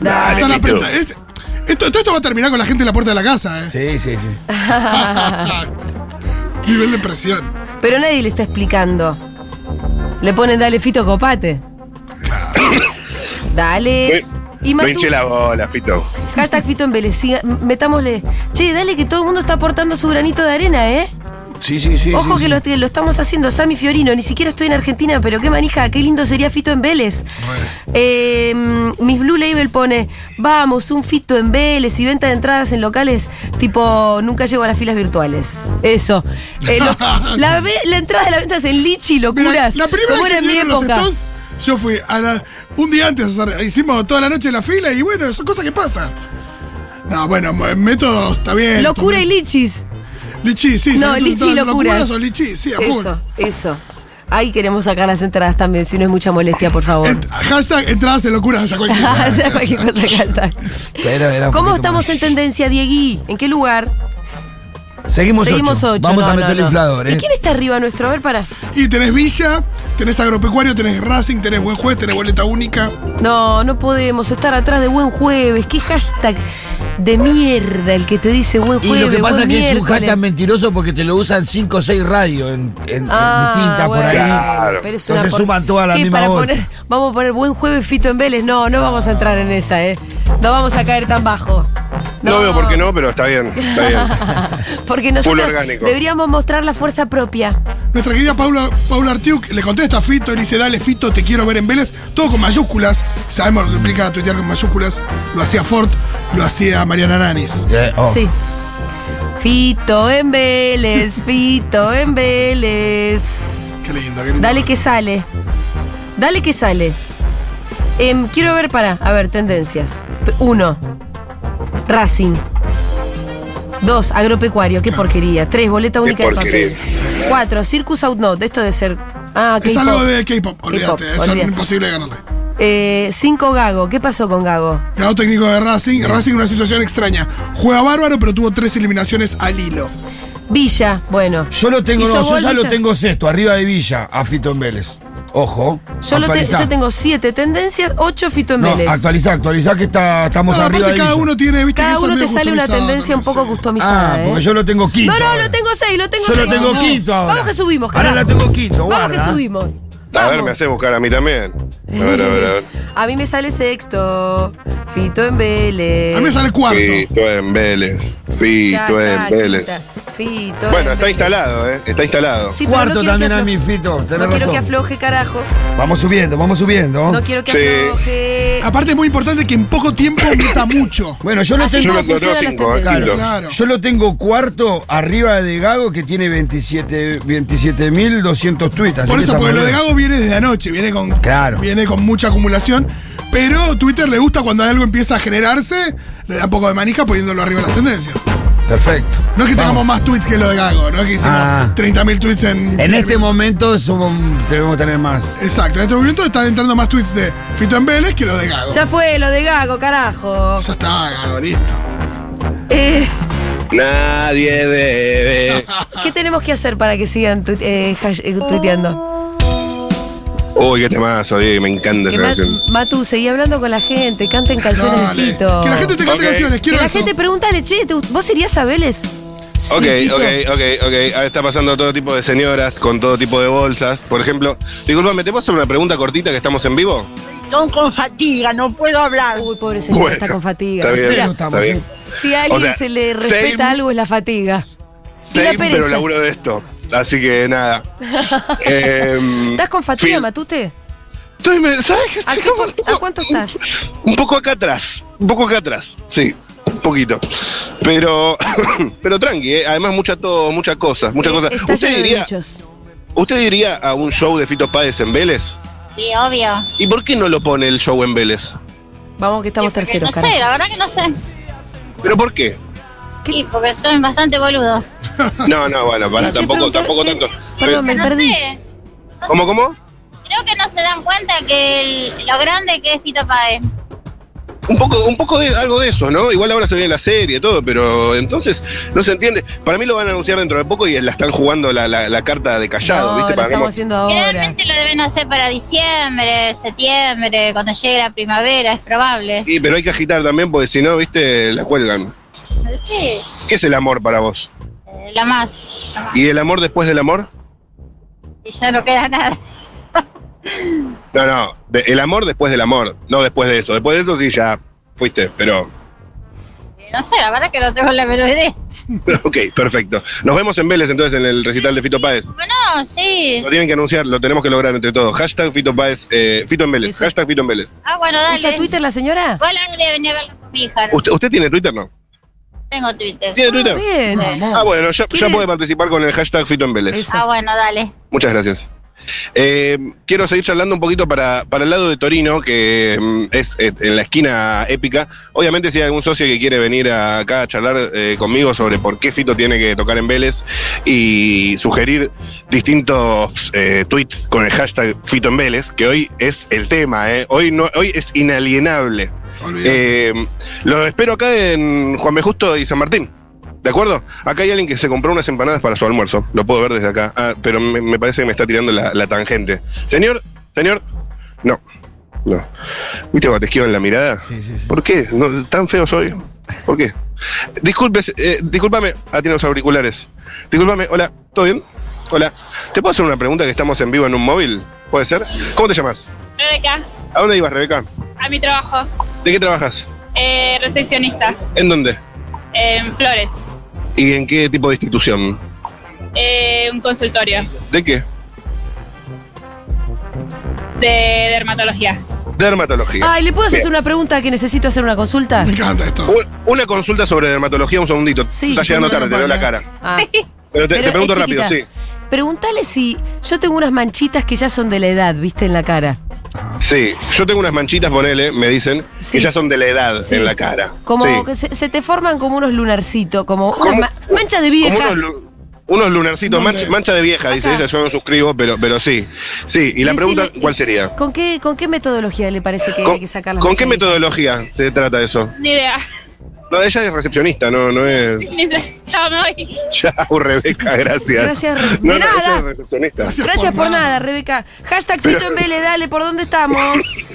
Dale,
Están
Fito.
apreta- es- Esto, todo esto va a terminar con la gente en la puerta de la casa, ¿eh?
Sí, sí, sí.
Nivel de presión.
Pero nadie le está explicando. Le ponen dale fito copate. dale.
Eh,
Y
No
Matú-
hinché la bola, Pito.
hashtag fito embelecida. Metámosle. Che, dale que todo el mundo está aportando su granito de arena, ¿eh?
Sí, sí, sí.
Ojo
sí,
que
sí.
lo, te- lo estamos haciendo, Sammy Fiorino. Ni siquiera estoy en Argentina, pero qué manija, qué lindo sería Fito en Vélez. Eh, mm, Miss Blue Label pone: Vamos, un Fito en Vélez y venta de entradas en locales tipo Nunca llego a las filas virtuales. Eso. Eh, lo- la, ve- la entrada de la venta es en Lichi,
Mira,
locuras.
la primera
como
vez
era
que
en mi
vinieron los
época.
Stones, yo fui a la- un día antes, a hacer- hicimos toda la noche la fila y bueno, son cosas que pasan. No, bueno, m- métodos está bien.
Locura y lichis.
Lichi, sí.
No,
¿sabés tú?
lichi
Todas las
locuras.
o lichi, sí, a full.
Eso, eso. Ahí queremos sacar las entradas también, si no es mucha molestia, por favor.
Ent- hashtag entradas en locuras, ya cualquiera.
Ya cualquier cosa que hashtag.
Pero era un
¿Cómo
poquito
estamos
más.
en tendencia, Diegui? ¿En qué lugar?
Seguimos,
Seguimos
ocho.
8.
Vamos a meter el inflador, ¿eh?
¿Y quién está arriba nuestro? A ver, para.
y tenés Villa, tenés Agropecuario, tenés Racing, tenés Buen Juez, tenés Boleta Única.
No, no podemos estar atrás de Buen Jueves. ¿Qué hashtag de mierda el que te dice Buen
Y
Jueves?
lo que pasa es
buen
que es un
miércoles?
hashtag mentiroso porque te lo usan 5 o 6 radios en, en- en
Ah,
distintas por
bueno,
ahí.
Claro.
pero es
Entonces
una por-
suman todas a la
¿Qué,
misma
para
bolsa.
poner- Vamos a poner Buen Jueves Fito en Vélez. No, no vamos a entrar en esa, ¿eh? No vamos a caer tan bajo.
No. veo por qué no, pero está bien, está bien.
Porque nosotros
orgánico.
deberíamos mostrar la fuerza propia.
Nuestra querida Paula, Paula Artiuk le contesta a Fito y le dice, dale Fito, te quiero ver en Vélez, todo con mayúsculas. Sabemos lo que implica tuitear con mayúsculas. Lo hacía Ford, lo hacía Mariana Nanis.
Eh, oh.
Sí. Fito en Vélez, Fito en Vélez.
Qué lindo, qué lindo.
Dale que sale. Dale que sale. Em, quiero ver para. A ver, tendencias. P- Uno. Racing. Dos, agropecuario,
Ah.
qué porquería. Tres, boleta única de papel.
porquería.
Cuatro, Circus Out Not, esto de ser. Ah,
Es
K-pop.
algo de K-pop, olvídate, eso es
olvídate.
imposible de ganarle.
Eh, cinco, Gago. ¿Qué pasó con Gago?
Ganó técnico de Racing, Racing una situación extraña. Juega bárbaro, pero tuvo tres eliminaciones al hilo.
Villa, bueno.
Yo lo tengo,
¿Hizo
no, yo
gol
ya
Villa?
lo tengo sexto, arriba de Villa, a Fito en Vélez. Ojo.
Yo, lo te-
actualizá.
yo tengo siete tendencias, ocho Fito en
No,
Vélez.
actualizá, actualizá que está, estamos
No,
arriba de
aparte
Villa.
cada uno tiene, viste, que
Cada
eso
uno
es
te
medio
sale una
customizado,
tendencia un
también,
poco
sí.
customizada.
Ah,
¿eh?
porque yo lo tengo quinto.
No, no,
ahora.
lo tengo seis, lo tengo
Yo lo
seis.
tengo
No.
quinto ahora.
Vamos que subimos,
Ahora
carajo.
la tengo quinto,
Vamos que
guarda.
subimos.
A ver,
Vamos.
me hace buscar a mí también. A ver, a ver, a ver.
A mí me sale sexto. Fito en
A mí me
Vélez.
sale cuarto.
Fito en Vélez.
Ya
Fito en
está,
Vélez.
quinta. Fito
Bueno,
en
está
Vélez.
instalado, ¿eh? Está instalado.
Sí, pero no
Cuarto
quiero
también
que
a
afloje.
mi Fito, tenés
No quiero
razón.
que afloje, carajo.
Vamos subiendo, vamos subiendo.
No quiero que
Sí.
afloje.
Aparte es muy importante que en poco tiempo meta mucho.
Bueno, yo lo
Así
tengo.
Yo lo
como funcionan
conozco,
las
cinco,
tendencias.
tranquilo.
Claro.
Yo lo tengo cuarto arriba de Gago que tiene 27 27.200 tweets. así
Por
que
eso,
estamos
porque lo de
bien.
Gago viene desde anoche, viene con,
Claro.
viene con mucha acumulación. Pero Twitter le gusta cuando algo empieza a generarse, le da un poco de manija poniéndolo arriba en las tendencias.
Perfecto.
No es que
Vamos.
tengamos más tweets que lo de Gago, no es que hicimos
Ah.
30.000 tweets en.
En este momento somos, debemos tener más.
Exacto, en este momento están entrando más tweets de Fito en Vélez que lo de Gago.
Ya fue lo de Gago, carajo.
Ya está, Gago, listo.
Eh,
Nadie debe.
¿Qué tenemos que hacer para que sigan tu- eh, hash- eh, tuiteando?
Uy, qué temazo, Diego. Me encanta
Que
esta
Ma-
canción.
Eh, Matu, seguí hablando con la gente, canten canciones de
Dale.
Fito.
Que la gente te cante
Ok.
canciones,
Que
quiero
la
eso.
gente pregúntale, che, ¿te gust- ¿vos irías a Vélez? Sí,
Ok,
Fito.
ok, ok, ok. Ahora está pasando todo tipo de señoras con todo tipo de bolsas. Por ejemplo, disculpame, ¿te puedo hacer una pregunta cortita que estamos en vivo?
Son con fatiga, no puedo hablar.
Uy, pobre señor,
Bueno,
está con fatiga.
está
O
bien.
sea,
Cero estamos,
está bien.
sí.
si a alguien
O sea,
se le
same-
respeta algo es la fatiga. Y la
Sí, pero
pereza.
laburo de esto. Así que nada. Em,
¿Estás con fatiga,
fin.
Matute?
Estoy me- ¿Sabes que
¿A,
estoy
qué
como
por-
un
a
poco-
cuánto estás?
Un poco acá atrás. Un poco acá atrás. Sí, un poquito. Pero, pero tranqui, ¿eh? además mucha todo, muchas cosas, muchas
Eh,
cosas.
Está
¿Usted
lleno de
diría,
bichos.
¿Usted diría a un show de Fito Páez en Vélez?
Sí, obvio.
¿Y por qué no lo pone el show en Vélez?
Vamos que estamos
Porque
terceros,
No
cara.
sé, la verdad que no sé.
¿Pero por qué?
Sí, porque soy bastante boludo.
No, no, bueno, para, tampoco, tampoco tanto.
eh, Perdón, me
no
perdí.
sé.
¿Cómo, cómo?
Creo que no se dan cuenta que el- lo grande que es Fito Paez.
Un poco, un poco de algo de eso, ¿no? Igual ahora se viene la serie, todo, pero entonces no se entiende. Para mí lo van a anunciar dentro de poco y la están jugando la, la- la carta de callado,
No,
¿viste?
lo
Para que
estamos
no-
haciendo ahora.
Generalmente lo deben hacer para diciembre, septiembre, cuando llegue la primavera, es probable.
Sí, pero hay que agitar también porque si no, ¿viste? La cuelgan.
Sí,
¿Qué es el amor para vos?
eh, la más. la más.
¿Y el amor después del amor?
Y ya no queda nada.
No, no, de- el amor después del amor, no después de eso. Después de eso sí ya fuiste, pero...
No sé, la verdad que no tengo la menor idea.
Ok, perfecto. Nos vemos en Vélez entonces en el recital de Fito Páez.
Bueno, sí.
Lo tienen que anunciar, lo tenemos que lograr entre todos. Hashtag Fito Páez, eh, Fito en Vélez.
Eso.
Hashtag Fito en Vélez.
Ah, bueno,
¿Usa
dale.
Twitter la señora?
Igual la quería venir a verlo con mi hija. No
¿Usted, usted tiene Twitter, no?
tengo Twitter.
¿Tiene Twitter?
Bien.
Ah, bueno, ya, ya
¿Quiere-
puede participar con el hashtag Fito en Vélez.
Eso.
Ah, bueno, dale.
Muchas gracias. Eh, quiero seguir charlando un poquito para, para el lado de Torino, que mm, es eh, en la esquina épica. Obviamente, si hay algún socio que quiere venir acá a charlar eh, conmigo sobre por qué Fito tiene que tocar en Vélez y sugerir distintos eh, tweets con el hashtag Fito en Vélez, que hoy es el tema, ¿eh? hoy, no, hoy es inalienable.
Olvidate.
Eh, lo espero acá en Juan B. Justo y San Martín. ¿De acuerdo? Acá hay alguien que se compró unas empanadas para su almuerzo. Lo puedo ver desde acá. Ah, pero me, me parece que me está tirando la, la tangente. Señor, señor. No, no. ¿Viste cuando te esquivan la mirada?
Sí, sí, sí.
¿Por qué? No, ¿Tan feo soy? ¿Por qué? Disculpe, eh, discúlpame. Ah, tiene los auriculares. Discúlpame. Hola, ¿todo bien? Hola. ¿Te puedo hacer una pregunta que estamos en vivo en un móvil? ¿Puede ser? ¿Cómo te llamas?
Rebeca,
¿A dónde ibas, Rebeca?
a mi trabajo,
¿De qué trabajas?
eh, recepcionista,
¿En dónde?
en Flores,
¿Y en qué tipo de institución?
eh, un consultorio
¿De qué?
de dermatología.
Dermatología.
Ay, ¿le puedo hacer una pregunta que necesito hacer una consulta?
Me encanta esto.
Un- Una consulta sobre dermatología, un segundito.
Sí.
Está llegando tarde, te veo la cara.
Ah.
Pero te,
Pero
te pregunto
es
rápido, sí.
chiquita. Pregúntale si yo tengo unas manchitas que ya son de la edad, viste, en la cara.
Sí, yo tengo unas manchitas, ponele, me dicen,
Sí.
que ya son de la edad
Sí.
en la cara.
Como
Sí.
que se, se te forman como unos lunarcitos, como unas
Como-
ma- manchas de
Como
vieja.
unos, lu- unos lunarcitos,
¿Dónde?
mancha, mancha de vieja, dice
Acá.
ella, yo no suscribo, pero, pero sí. Sí, y la
Decile-
pregunta, ¿cuál sería?
¿Con qué, ¿Con qué metodología le parece que hay
¿Con,
que sacar las
con qué
manchas de
metodología se trata eso?
Ni idea.
No, ella es recepcionista, no, no es.
Ni sé- Chao, me voy.
Chao, Rebeca, gracias.
Gracias, Re-
no,
de
no, ella
nada.
es recepcionista.
vieja? Gracias por nada, Rebeca. Hashtag
Pero-
Fito en Vélez, dale, ¿por dónde estamos?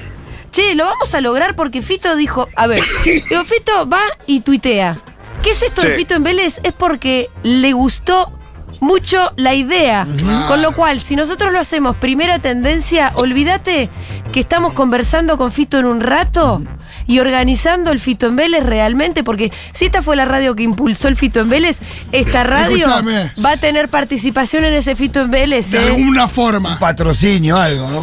Che, lo vamos a lograr porque Fito dijo, a ver, digo, Fito va y tuitea. ¿Qué es esto de
Sí.
Fito en Vélez? Es porque le gustó mucho la idea.
Claro.
Con lo cual, si nosotros lo hacemos primera tendencia, olvídate que estamos conversando con Fito en un rato y organizando el Fito en Vélez realmente, porque si esta fue la radio que impulsó el Fito en Vélez, esta radio
Escuchame.
va a tener participación en ese Fito en Vélez.
De
¿eh?
alguna forma.
Patrocinio, algo, ¿no?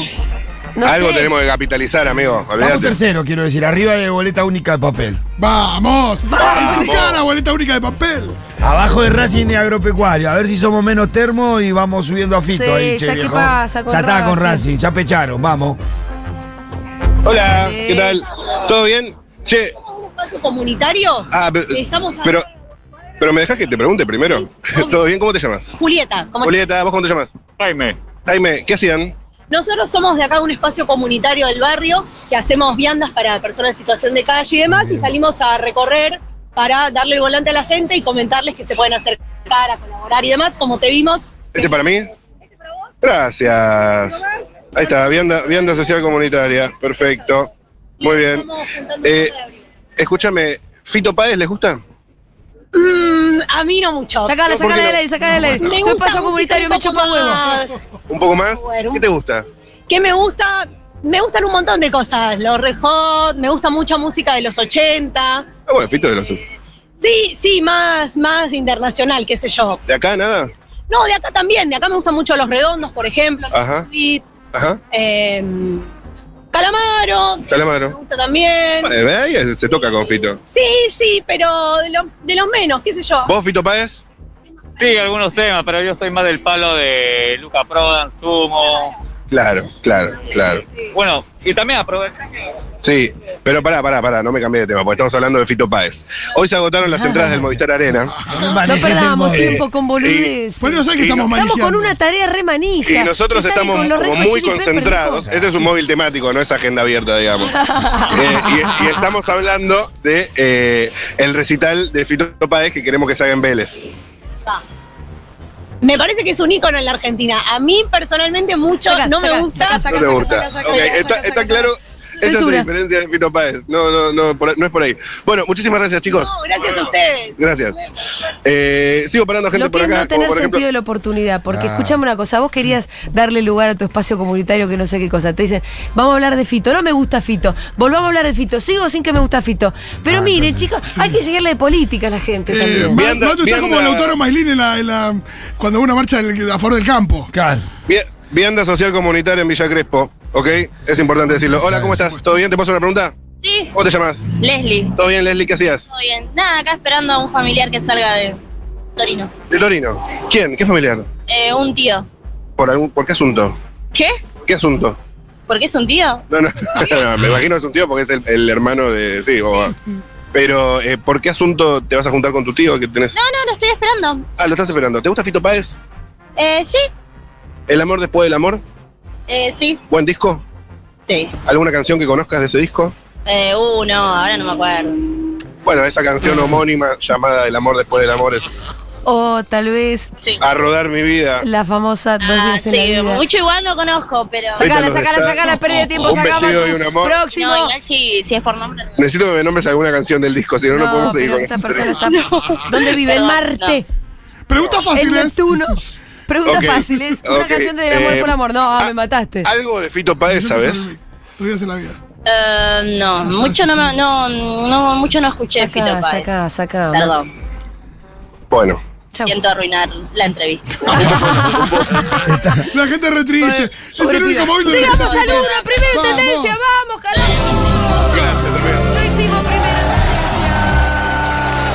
No
Algo
sé.
tenemos que capitalizar, amigo.
Estamos
olvídate.
tercero, quiero decir, arriba de boleta única de papel.
Vamos.
Vamos.
Republicana, boleta única de papel.
Abajo de Racing de Agropecuario, a ver si somos menos termo y vamos subiendo a Fito
Sí,
ahí, che,
ya qué
viejo.
pasa con
ya está con
Racing.
Racing, ya pecharon, vamos.
Hola,
Sí.
Ah, ¿qué tal? ¿Todo bien? Che,
Eh, ¿Un espacio comunitario?
ah, pero,
Estamos
pero, pero me dejas que te pregunte primero. ¿Todo bien? ¿Cómo te llamas?
Julieta, como
Julieta, ¿vos cómo te llamas?
Jaime.
Jaime, ¿qué hacían?
Nosotros somos de acá un espacio comunitario del barrio que hacemos viandas para personas en situación de calle y demás y salimos a recorrer para darle el volante a la gente y comentarles que se pueden acercar a colaborar y demás, como te vimos.
¿Este para mí?
¿Este
Gracias. Ahí está, vianda, vianda social comunitaria. Perfecto. Muy bien.
Estamos juntando
Eh,
cosas de abril.
Escúchame, ¿Fito Páez les gusta?
Mm, a mí no mucho.
Sacala,
No, ¿por
sacala
qué
del
no?
aire, sacala del
Me
aire.
gusta
Soy paso
música
comunitario,
un
me
poco
chupa huevo.
más.
¿Un poco más?
Bueno.
¿Qué te gusta?
¿Qué me gusta? Me gustan un montón de cosas. Los Red Hot, me gusta mucha música de los 80.
Ah, bueno, Fito de los...
Sí, sí, más, más internacional, qué sé yo.
¿De acá nada?
No, de acá también, de acá me gustan mucho los redondos, por ejemplo, los
Ajá.
Sweet,
Ajá,
eh, Calamaro, me
calamaro.
gusta también.
Eh, ve ahí, Se se toca con Fito.
Sí, sí, pero de, lo- de los menos, qué sé yo.
¿Vos, Fito Páez?
Sí, algunos temas, pero yo soy más del palo de Luca Prodan, Sumo.
Claro, claro, claro.
Bueno, y también aprovechar que
Sí, pero pará, pará, pará, no me cambié de tema, porque estamos hablando de Fito Páez. Hoy se agotaron las entradas del Movistar Arena.
No perdamos
Eh,
tiempo con
y-
boludeces.
Bueno, ¿sabes que
Y no-
estamos
Estamos con
manejando?
una tarea re manija.
Y nosotros
Que salen
estamos
con los Red
como
Hot
muy
Chili Peppers,
concentrados.
¿no?
Este es un móvil temático, no es agenda abierta, digamos. Eh, y, y estamos hablando de eh, el recital de Fito Páez que queremos que se haga en Vélez.
Me parece que es un ícono en la Argentina. A mí personalmente mucho
Saca,
no
saca,
me gusta.
saca,
no
saca,
te
saca,
gusta.
saca, saca,
Ok,
saca,
está,
saca,
está
saca.
claro. Esa es la
Censura.
diferencia de Fito Páez. No, no, no, por- no es por ahí. Bueno, muchísimas gracias, chicos.
No, gracias a ustedes.
Gracias. Eh, sigo parando gente
Lo que
por
es
acá.
no tener
como por
sentido
ejemplo,
de la oportunidad, porque
Ah.
escuchame una cosa, vos querías darle lugar a tu espacio comunitario que no sé qué cosa. Te dicen, vamos a hablar de Fito, no me gusta Fito, volvamos a hablar de Fito, sigo sin que me gusta Fito.
Ah,
Pero miren, chicos, hay que llegarle de política a la gente
Eh,
también.
Ma-
Vianda-
Matu está como
vianda-
Lautaro Maslin en la, en la- cuando hubo una marcha del- a favor del campo.
Claro.
vi- Vianda Social Comunitaria en Villa Crespo, ¿ok? Es importante decirlo. Hola, ¿cómo estás? ¿Todo bien? ¿Te paso una pregunta?
Sí,
¿Cómo te llamas?
Leslie.
¿Todo bien, Leslie? ¿Qué hacías?
Todo bien. Nada, acá esperando a un familiar que salga de Torino.
De Torino. ¿Quién? ¿Qué familiar?
Eh, un tío.
¿Por, algún, ¿Por qué asunto?
¿Qué?
¿Qué asunto?
¿Por qué es un tío?
No, no, no, me imagino que es un tío porque es el, el hermano de. Sí, o- Pero, eh, ¿por qué asunto te vas a juntar con tu tío que tenés?
No, no, lo estoy esperando.
Ah, lo estás esperando. ¿Te gusta Fito Páez?
Eh, sí.
¿El amor después del amor?
Eh, sí.
¿Buen disco?
Sí.
¿Alguna canción que conozcas de ese disco?
Eh, uh, no, ahora no me acuerdo.
Bueno, esa canción homónima llamada El amor después del amor es
O tal vez
Sí.
A rodar mi vida.
la famosa dos
Ah,
días en
sí,
la vida.
mucho igual no conozco, pero...
Sí.
Sacala,
Pétalos de
sacala,
sal.
sacala, pérdida de tiempo,
Un
sacamos
vestido y un amor.
Próximo.
No, igual si, si es por nombre. no.
Necesito que me nombres alguna canción del disco, si no, no, podemos seguir
pero
con
esta
esto.
persona está. ¿Dónde vive? En
No,
Marte.
Pregunta
En
fácil es.
Neptuno. Pregunta
Ok,
fácil, es una
ok,
canción de amor
eh,
por amor. No, ah,
ah,
me mataste.
Algo de Fito Páez, ¿sabes?
Tuvieras en la vida.
Eh, no,
Sí, sí,
mucho
sí,
no, me-
sí.
no, Mm, no, mucho no escuché de Fito
Saca,
Páez.
saca, saca.
Perdón,
Bueno.
Chau.
siento arruinar la entrevista.
La gente re triste. es el único móvil donde
Llegamos
la
a
gente-
Luna, primera
Vamos.
tendencia, vamos, carajo.
Gracias, amigo.
Lo hicimos, primera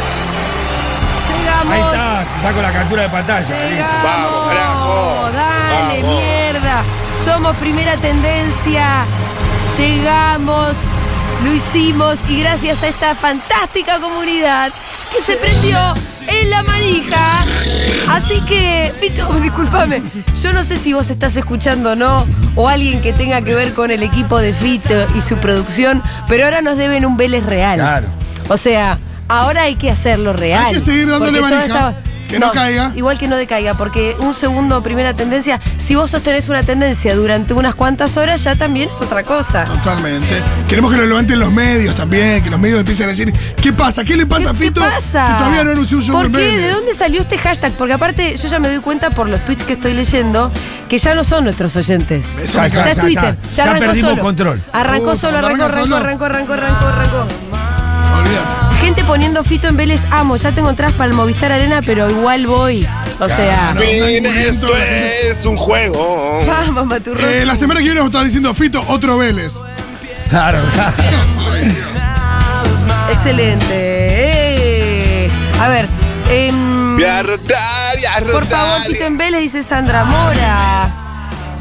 tendencia. Llegamos.
Ahí está, saco la captura de pantalla. listo.
Llegamos.
Vamos, carajo.
Dale,
Vamos.
mierda. Somos primera tendencia. Llegamos. Lo hicimos y gracias a esta fantástica comunidad que se prendió en la manija. Así que, Fito, discúlpame. Yo no sé si vos estás escuchando o no, o alguien que tenga que ver con el equipo de Fito y su producción, pero ahora nos deben un Vélez real.
Claro.
O sea, ahora hay que hacerlo real.
Hay que seguir dándole
porque toda
manija, que no caiga.
Igual que no decaiga, porque un segundo, primera tendencia, si vos sostenés una tendencia durante unas cuantas horas, ya también es otra cosa.
Totalmente. Queremos que lo levanten los medios también, que los medios empiecen a decir, ¿qué pasa? ¿Qué le
¿Qué
pasa a
te
Fito?
pasa?
Que todavía no anunció un show
¿Por
en
qué?
Vélez?
¿De dónde salió este hashtag? Porque aparte, yo ya me doy cuenta por los tweets que estoy leyendo que ya no son nuestros oyentes.
Eso
Ya,
me
es
cansa.
Twitter. Ya,
Ya
arrancó
perdimos
solo.
control.
Arrancó
Puta,
solo, arrancó,
arranca
arrancó,
solo.
arrancó, arrancó, arrancó, arrancó.
Olvídate.
Gente poniendo fito en Vélez Amo. Ya tengo entradas para el Movistar Arena, pero igual voy. O sea,
Fin, esto es un juego.
vamos, Maturroso.
Eh, la semana que viene vamos a estar diciendo Fito, otro Vélez.
Claro,
Excelente. Eh. A ver. em,
Voy a rotar y a
por
rotar
favor,
y-
Fito en Vélez, dice Sandra Mora.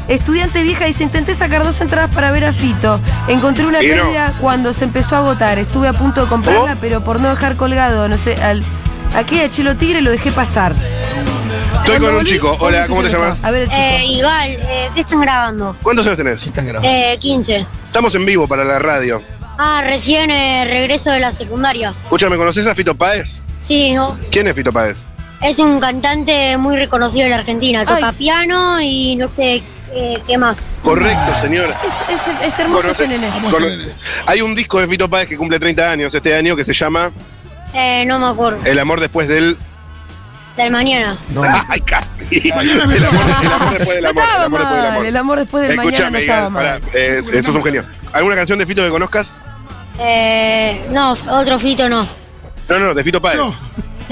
Estudiante vieja dice, intenté sacar dos entradas para ver a Fito. Encontré una
Y no.
pérdida cuando se empezó a agotar. Estuve a punto de comprarla, pero por no dejar colgado, no sé, al, aquí a Chelo Tigre lo dejé pasar.
Estoy
Cuando
con un
volví-
chico. Hola, ¿cómo te
Volví-
llamas?
A ver, el chico.
Eh, igual, ¿qué están grabando?
¿Cuántos años tenés?
Eh, 15.
Estamos en vivo para la radio.
Ah, recién regreso de la secundaria.
Escúchame, ¿conoces a Fito Páez?
Sí,
¿Quién es Fito Páez?
es un cantante muy reconocido en la Argentina.
Toca Ay.
piano y no sé eh, qué más.
Correcto, señor.
es, es- es hermoso
Conoce-
este nene.
Vamos
Con-
a tener-
Hay un disco de Fito Páez que cumple 30 años este año que se llama
Eh, no me acuerdo.
El amor después del.
Del mañana.
¡Ay, casi! El amor,
Mañana me-
el amor después del
No
amor. El
estaba
amor después del
mal,
amor.
el amor después del mañana no
Escúchame,
estaba
Igal, pará,
mal.
eh, eso es un genio. ¿Alguna canción de Fito que conozcas?
Eh, no, otro fito no.
No, no, no, de Fito Páez.
Yo,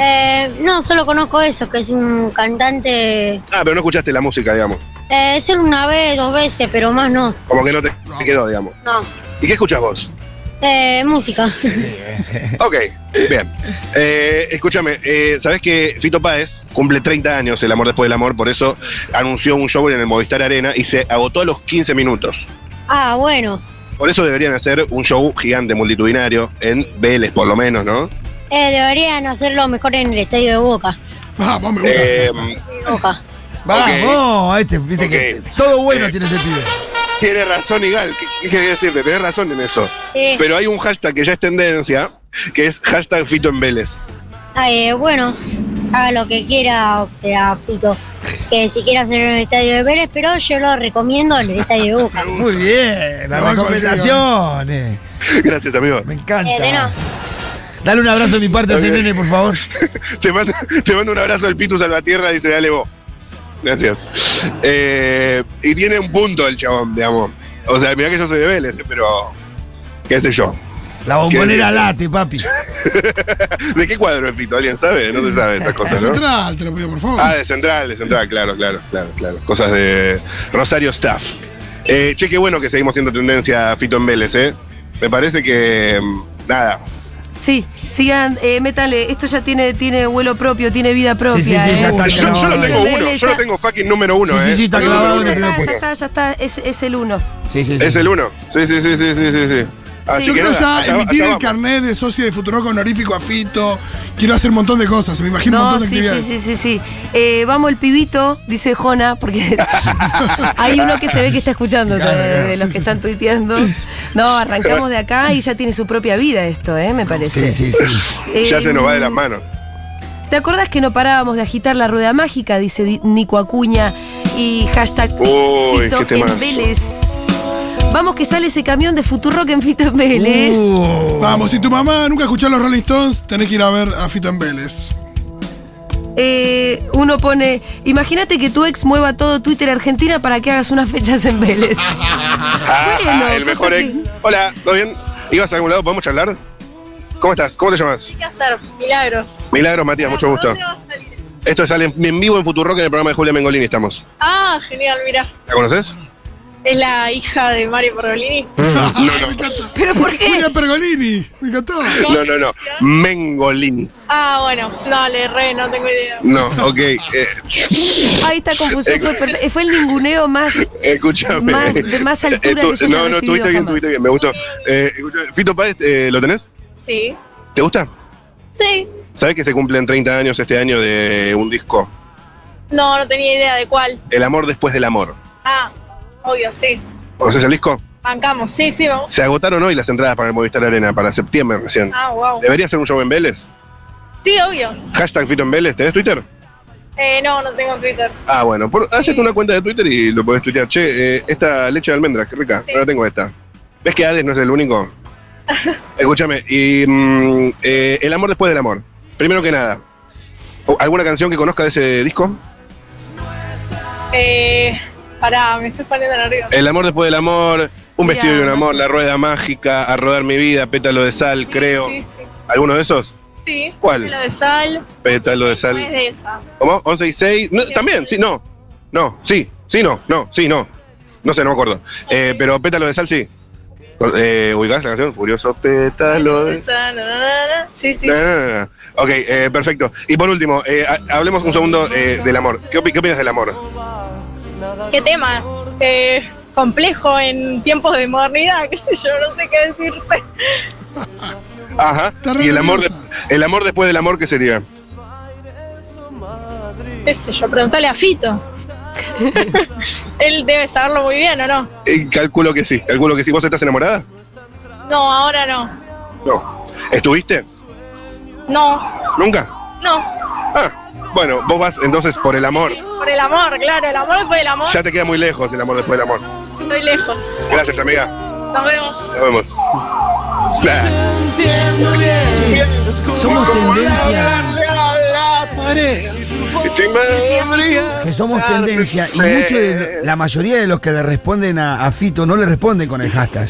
Eh, no, solo conozco eso, que es un cantante.
Ah, pero no escuchaste la música, digamos.
Eh, solo una vez, dos veces, pero más no.
Como que no te, te quedó, digamos.
No.
¿Y qué escuchas vos?
Eh, música.
Ok, bien. Eh, escúchame, eh, ¿sabés que Fito Páez cumple 30 años El Amor Después del Amor? Por eso anunció un show en el Movistar Arena y se agotó a los 15 minutos.
Ah, bueno.
Por eso deberían hacer un show gigante, multitudinario, en Vélez, por lo menos, ¿no?
Eh, deberían hacerlo mejor en el estadio de Boca.
Ah,
Vamos, me
gusta. Eh,
Boca.
Vamos, este, viste que todo bueno tiene ese pibe.
Eh, Tiene razón, Igal, ¿qué, qué quería decirte? Tenés razón en eso.
Sí.
Pero hay un hashtag que ya es tendencia, que es hashtag Fito en Vélez.
Ah, eh, bueno, haga lo que quiera, o sea, Fito. Que si quiere hacerlo en el estadio de Vélez, pero yo lo recomiendo en el estadio de Boca.
Muy bien, las
Me voy con
recomendaciones.
Gracias, amigo.
eh. Me encanta.
Eh, de no.
Dale un abrazo de mi parte a ese
Ok.
nene, por favor.
Te mando, te mando un abrazo del Pitu Salvatierra, dice, dale vos. Gracias. Eh, y tiene un punto el chabón, digamos. O sea, mirá que yo soy de Vélez, eh, pero. ¿Qué sé yo?
La bombonera
¿Qué?
late, papi.
¿De qué cuadro es Pito? ¿Alguien sabe? No se sabe esas cosas, ¿no?
Central, te lo pido, por favor.
Ah, de Central, de Central, claro, claro, claro, claro. Cosas de Rosario Staff. Eh, che, qué bueno que seguimos siendo tendencia Fito en Vélez, ¿eh? Me parece que. mm, Nada.
Sí, sigan, eh, métale, esto ya tiene, tiene vuelo propio, tiene vida propia.
sí, sí,
¿eh?
ya está
Yo, yo
clavado.
no tengo
Vélez
uno, yo no
ya-
tengo fucking número uno,
Sí, sí,
¿eh?
sí, está
Sí,
clavado en el
sí, ya
primer
está, ya
puesto.
está, ya está, es, es el uno.
Sí, sí, sí.
Es el uno. Sí, sí, sí, sí, sí, sí. sí. Así
Yo
que
quiero
nada,
ya
allá ah, va-
emitir
allá
el
vamos.
carnet de socio de Futuroco honorífico a Fito. Quiero hacer un montón de cosas, me imagino un
No,
montón de
sí, sí,
actividades.
sí, sí, sí. Eh, vamos el pibito, dice Jona, porque hay uno que se ve que está escuchando
Claro,
de- de
claro,
los
sí,
que
sí,
están tuiteando. No, arrancamos de acá y ya tiene su propia vida esto, eh, me parece.
Sí, sí, sí.
Ya
Eh,
se nos va de las manos.
¿Te acordás que no parábamos de agitar la rueda mágica? Dice Di- Nico Acuña y hashtag
Uy,
Fito
qué temazo.
en Vélez. Vamos que sale ese camión de Futurock en Fito en Vélez.
Uh,
Vamos, si tu mamá nunca escuchó a los Rolling Stones, tenés que ir a ver a Fito en Vélez.
Eh, uno pone, imagínate que tu ex mueva todo Twitter Argentina para que hagas unas fechas en Vélez.
Ah,
Bueno,
ah, el
cosa
mejor
que-
ex. Hola, ¿todo bien? ¿Ibas a algún lado? ¿Podemos charlar? ¿Cómo estás? ¿Cómo te llamas?
¿Qué hacer? Milagros.
Milagros Matías, mucho gusto.
¿Dónde va a salir?
Esto sale en en vivo en Futurock en el programa de Julia Mengolini estamos.
Ah, genial, mira.
¿La conoces?
Es la hija de Mario Pergolini.
no, no. Me encantó.
¿Pero por qué?
Julia Pergolini, me encantó.
No, no, no. Mengolini.
Ah, bueno, no, le re, no tengo idea.
No, ok. eh,
Ahí esta confusión fue, per- fue el ninguneo más.
escúchame.
Más- de más
Eh,
altura
tú-
que yo haya
no, no,
recibido
estuviste bien,
jamás.
estuviste bien. Me gustó. Eh, escúchame, Fito Páez, eh, ¿lo tenés?
Sí.
¿Te gusta?
Sí.
¿Sabes que se cumplen 30 años este año de un disco?
No, no tenía idea de cuál.
El amor después del amor.
Ah, obvio, sí.
¿Conoces el disco?
Bancamos, sí, sí, vamos.
Se agotaron hoy las entradas para el Movistar Arena para septiembre recién.
Ah, wow.
¿Debería ser un show en Vélez?
Sí, obvio.
Hashtag Fito en Vélez. ¿Tenés Twitter?
Eh, no, no tengo Twitter.
Ah, bueno, por, hacete una cuenta de Twitter y lo podés tuitear. Che, eh, esta leche de almendra, qué rica,
Sí.
no la tengo esta. ¿Ves que Hades no es el único? Escúchame, y mm, eh, el amor después del amor. Primero que nada, ¿o- ¿alguna canción que conozca de ese disco?
Eh, pará, me estoy poniendo nervioso.
El amor después del amor, Un
Mirá,
vestido y un amor,
Mati.
La rueda mágica, A rodar mi vida, Pétalo de sal,
Sí,
creo.
Sí, sí.
¿Alguno de esos?
Sí.
¿Cuál?
Lo de sal.
Pétalo de
No es
sal.
de esa.
¿Cómo? 11 y 6. No,
Sí,
también, sí, no. No, sí, sí, no, no, sí, no. No sé, no me acuerdo. Eh, pero pétalo de sal, sí. Eh, ¿Ubicás la canción? Furioso pétalo de sal.
Esa, na, na, na, na. Sí, sí.
No, no, no, no. Ok, eh, perfecto. Y por último, eh, ha- hablemos un segundo eh, del amor. ¿Qué, opi- qué opinas del amor?
¿Qué tema? Eh, complejo en tiempos de modernidad, qué sé yo, no sé qué decirte.
Ajá.
Está re
Y el amor, de-
nerviosa.
el amor después del amor, ¿qué sería?
Qué sé yo, preguntale a Fito. Él debe saberlo muy bien, ¿o no?
Eh, calculo que sí, calculo que sí. ¿Vos estás enamorada?
No, ahora no.
No. ¿Estuviste?
No,
¿Nunca?
no.
Ah, bueno, vos vas entonces por el amor.
Por el amor, claro, el amor después del amor.
Ya te queda muy lejos el amor después del amor.
Estoy lejos.
Gracias, amiga.
Nos vemos.
Nos vemos. Nah.
Somos tendencia.
Este madría.
Que somos tendencia. Y mucho de- la mayoría de los que le responden a, a Fito no le responden con el hashtag.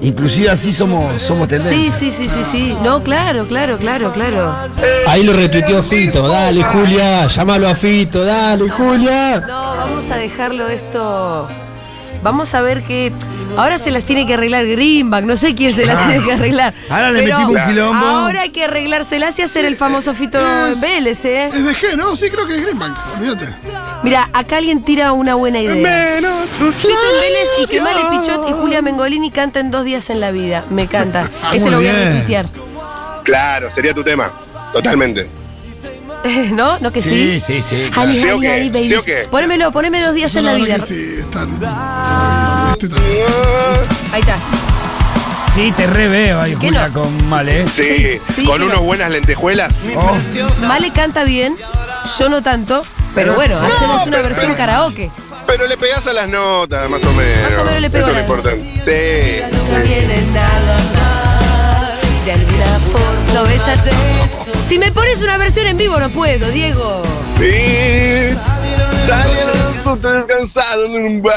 Inclusive así somos, somos
Sí,
tendencia.
sí, sí, sí, sí. No, claro, claro, claro, claro.
Eh,
Ahí lo retuiteó Fito, dale Julia, llámalo a Fito, dale Julia.
No, vamos a dejarlo esto. Vamos a ver que. Ahora se las tiene que arreglar Greenback, no sé quién se las
Claro.
tiene que arreglar.
Ah. Ahora le
Pero
metimos un quilombo.
Ahora hay que arreglárselas y hacer el famoso Fito en Vélez, ¿eh?
Es de G, ¿no? Sí, creo que es Greenbank, olvídate.
Mira, acá alguien tira una buena idea. Fito en Vélez y Kemales Pichot y Julia Mengolini cantan dos días en la vida. Me encanta.
Ah,
Este
Muy
lo voy a
bien.
retuitear.
Claro, sería tu tema. Totalmente.
¿No? ¿No que sí?
sí, sí.
Honey,
¿Sí o
honey,
qué?
honey, baby.
¿Sí o qué?
Pónmelo, poneme dos días
Yo
en
la
la
verdad
vida.
que sí, están.
Ahí está.
Sí, te re veo ahí,
¿Qué
Julia, con mal, ¿eh?
Sí,
sí,
con
quiero.
unas buenas lentejuelas.
Oh,
Male canta bien, yo no tanto, pero bueno,
No,
hacemos una
pero-
versión
pero-
karaoke.
Pero le pegás a las notas, más o menos.
Más o menos le pego
Eso
a
es lo
las
importante. Sí.
No, ella- Si me pones una versión en vivo no puedo, Diego.
Y salieron sus- descansaron en un bar.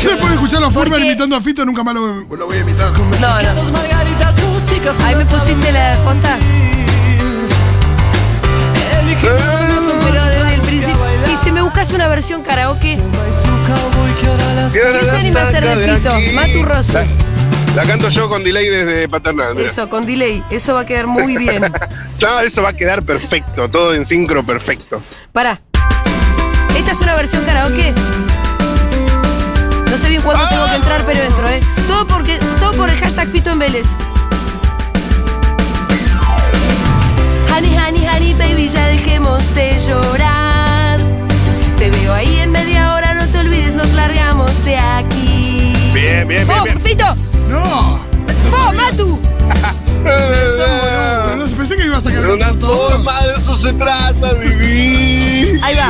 ¿Quién puede escuchar a Forman imitando a Fito? Nunca más lo, lo voy a imitar.
No, no. Ahí me pusiste la Fonta. Pero desde el principio. Y si me buscas una versión karaoke. ¿Qué se anima a hacer
saca
de
de
Fito?
aquí.
Matu Rosso.
La, la canto yo con delay desde paternal. mira.
Eso, con delay. Eso va a quedar muy bien.
No, eso va a quedar perfecto, todo en sincro perfecto.
Pará. Esta es una versión karaoke. No sé bien cuándo tengo que entrar, pero entro, ¿eh? Todo, porque, todo por el hashtag Fito en Vélez. Honey, honey, honey, baby, ya dejemos de llorar. Te veo ahí en media hora, no te olvides, nos largamos de aquí.
Bien, bien, bien,
¡Vos,
bien.
Fito!
¡No!
¡Vos, Matu!
No sé, pensé que iba a sacar
De una forma de eso se trata, vivir.
Ahí va.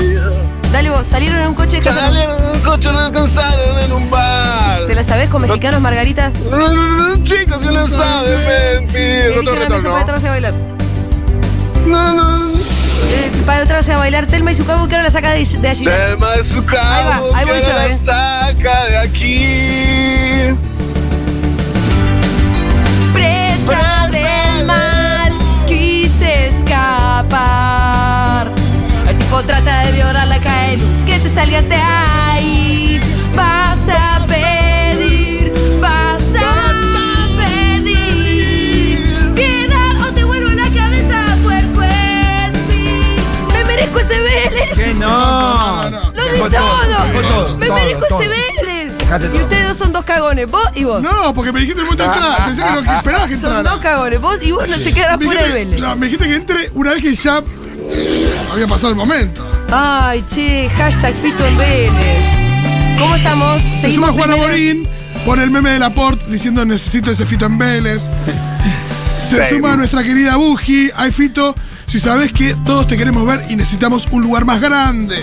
Dale vos, salieron en un coche de
Salieron en un coche, no alcanzaron en un bar.
¿Te la sabés con mexicanos, Margaritas?
Chicos, si no sabe
Ah,
mentir.
Erika,
Otro
no se
retorno.
puede atrás a bailar.
No, no.
Eh, para atrás a bailar Telma y su cabo que ahora la saca de, de allí.
Telma de su
Ahí
cabo
va, ahí voy
que
yo,
la
eh.
saca de aquí.
Presa del mal, quise escapar. El tipo trata de violarla, cae luz, que te salgas de ahí. Vas a pedir, vas a pedir. Piedad o te vuelvo la cabeza, puerco espín. Me merezco ese Vélez.
Que no.
Lo di todo.
todo,
Me
todo,
merezco
todo.
ese Vélez.
Dejate
Y
todo.
ustedes dos son dos cagones, vos y vos. Ah,
No, porque me dijiste en el momento de entrar. Pensé que no que esperabas que
Son
entrara.
dos cagones, vos y vos no se quedará
Me
fuera de
dijiste-
Vélez.
no, me dijiste que entre una vez que ya había pasado el momento.
Ay, che, hashtag Fito en Vélez. ¿Cómo estamos?
Se suma
Seguimos
Juana
primeros.
Morín, pone el meme de Laporte diciendo necesito ese Fito en Vélez. Se
Sí.
suma nuestra querida Buji. Ay, Fito, si sabes que todos te queremos ver y necesitamos un lugar más grande.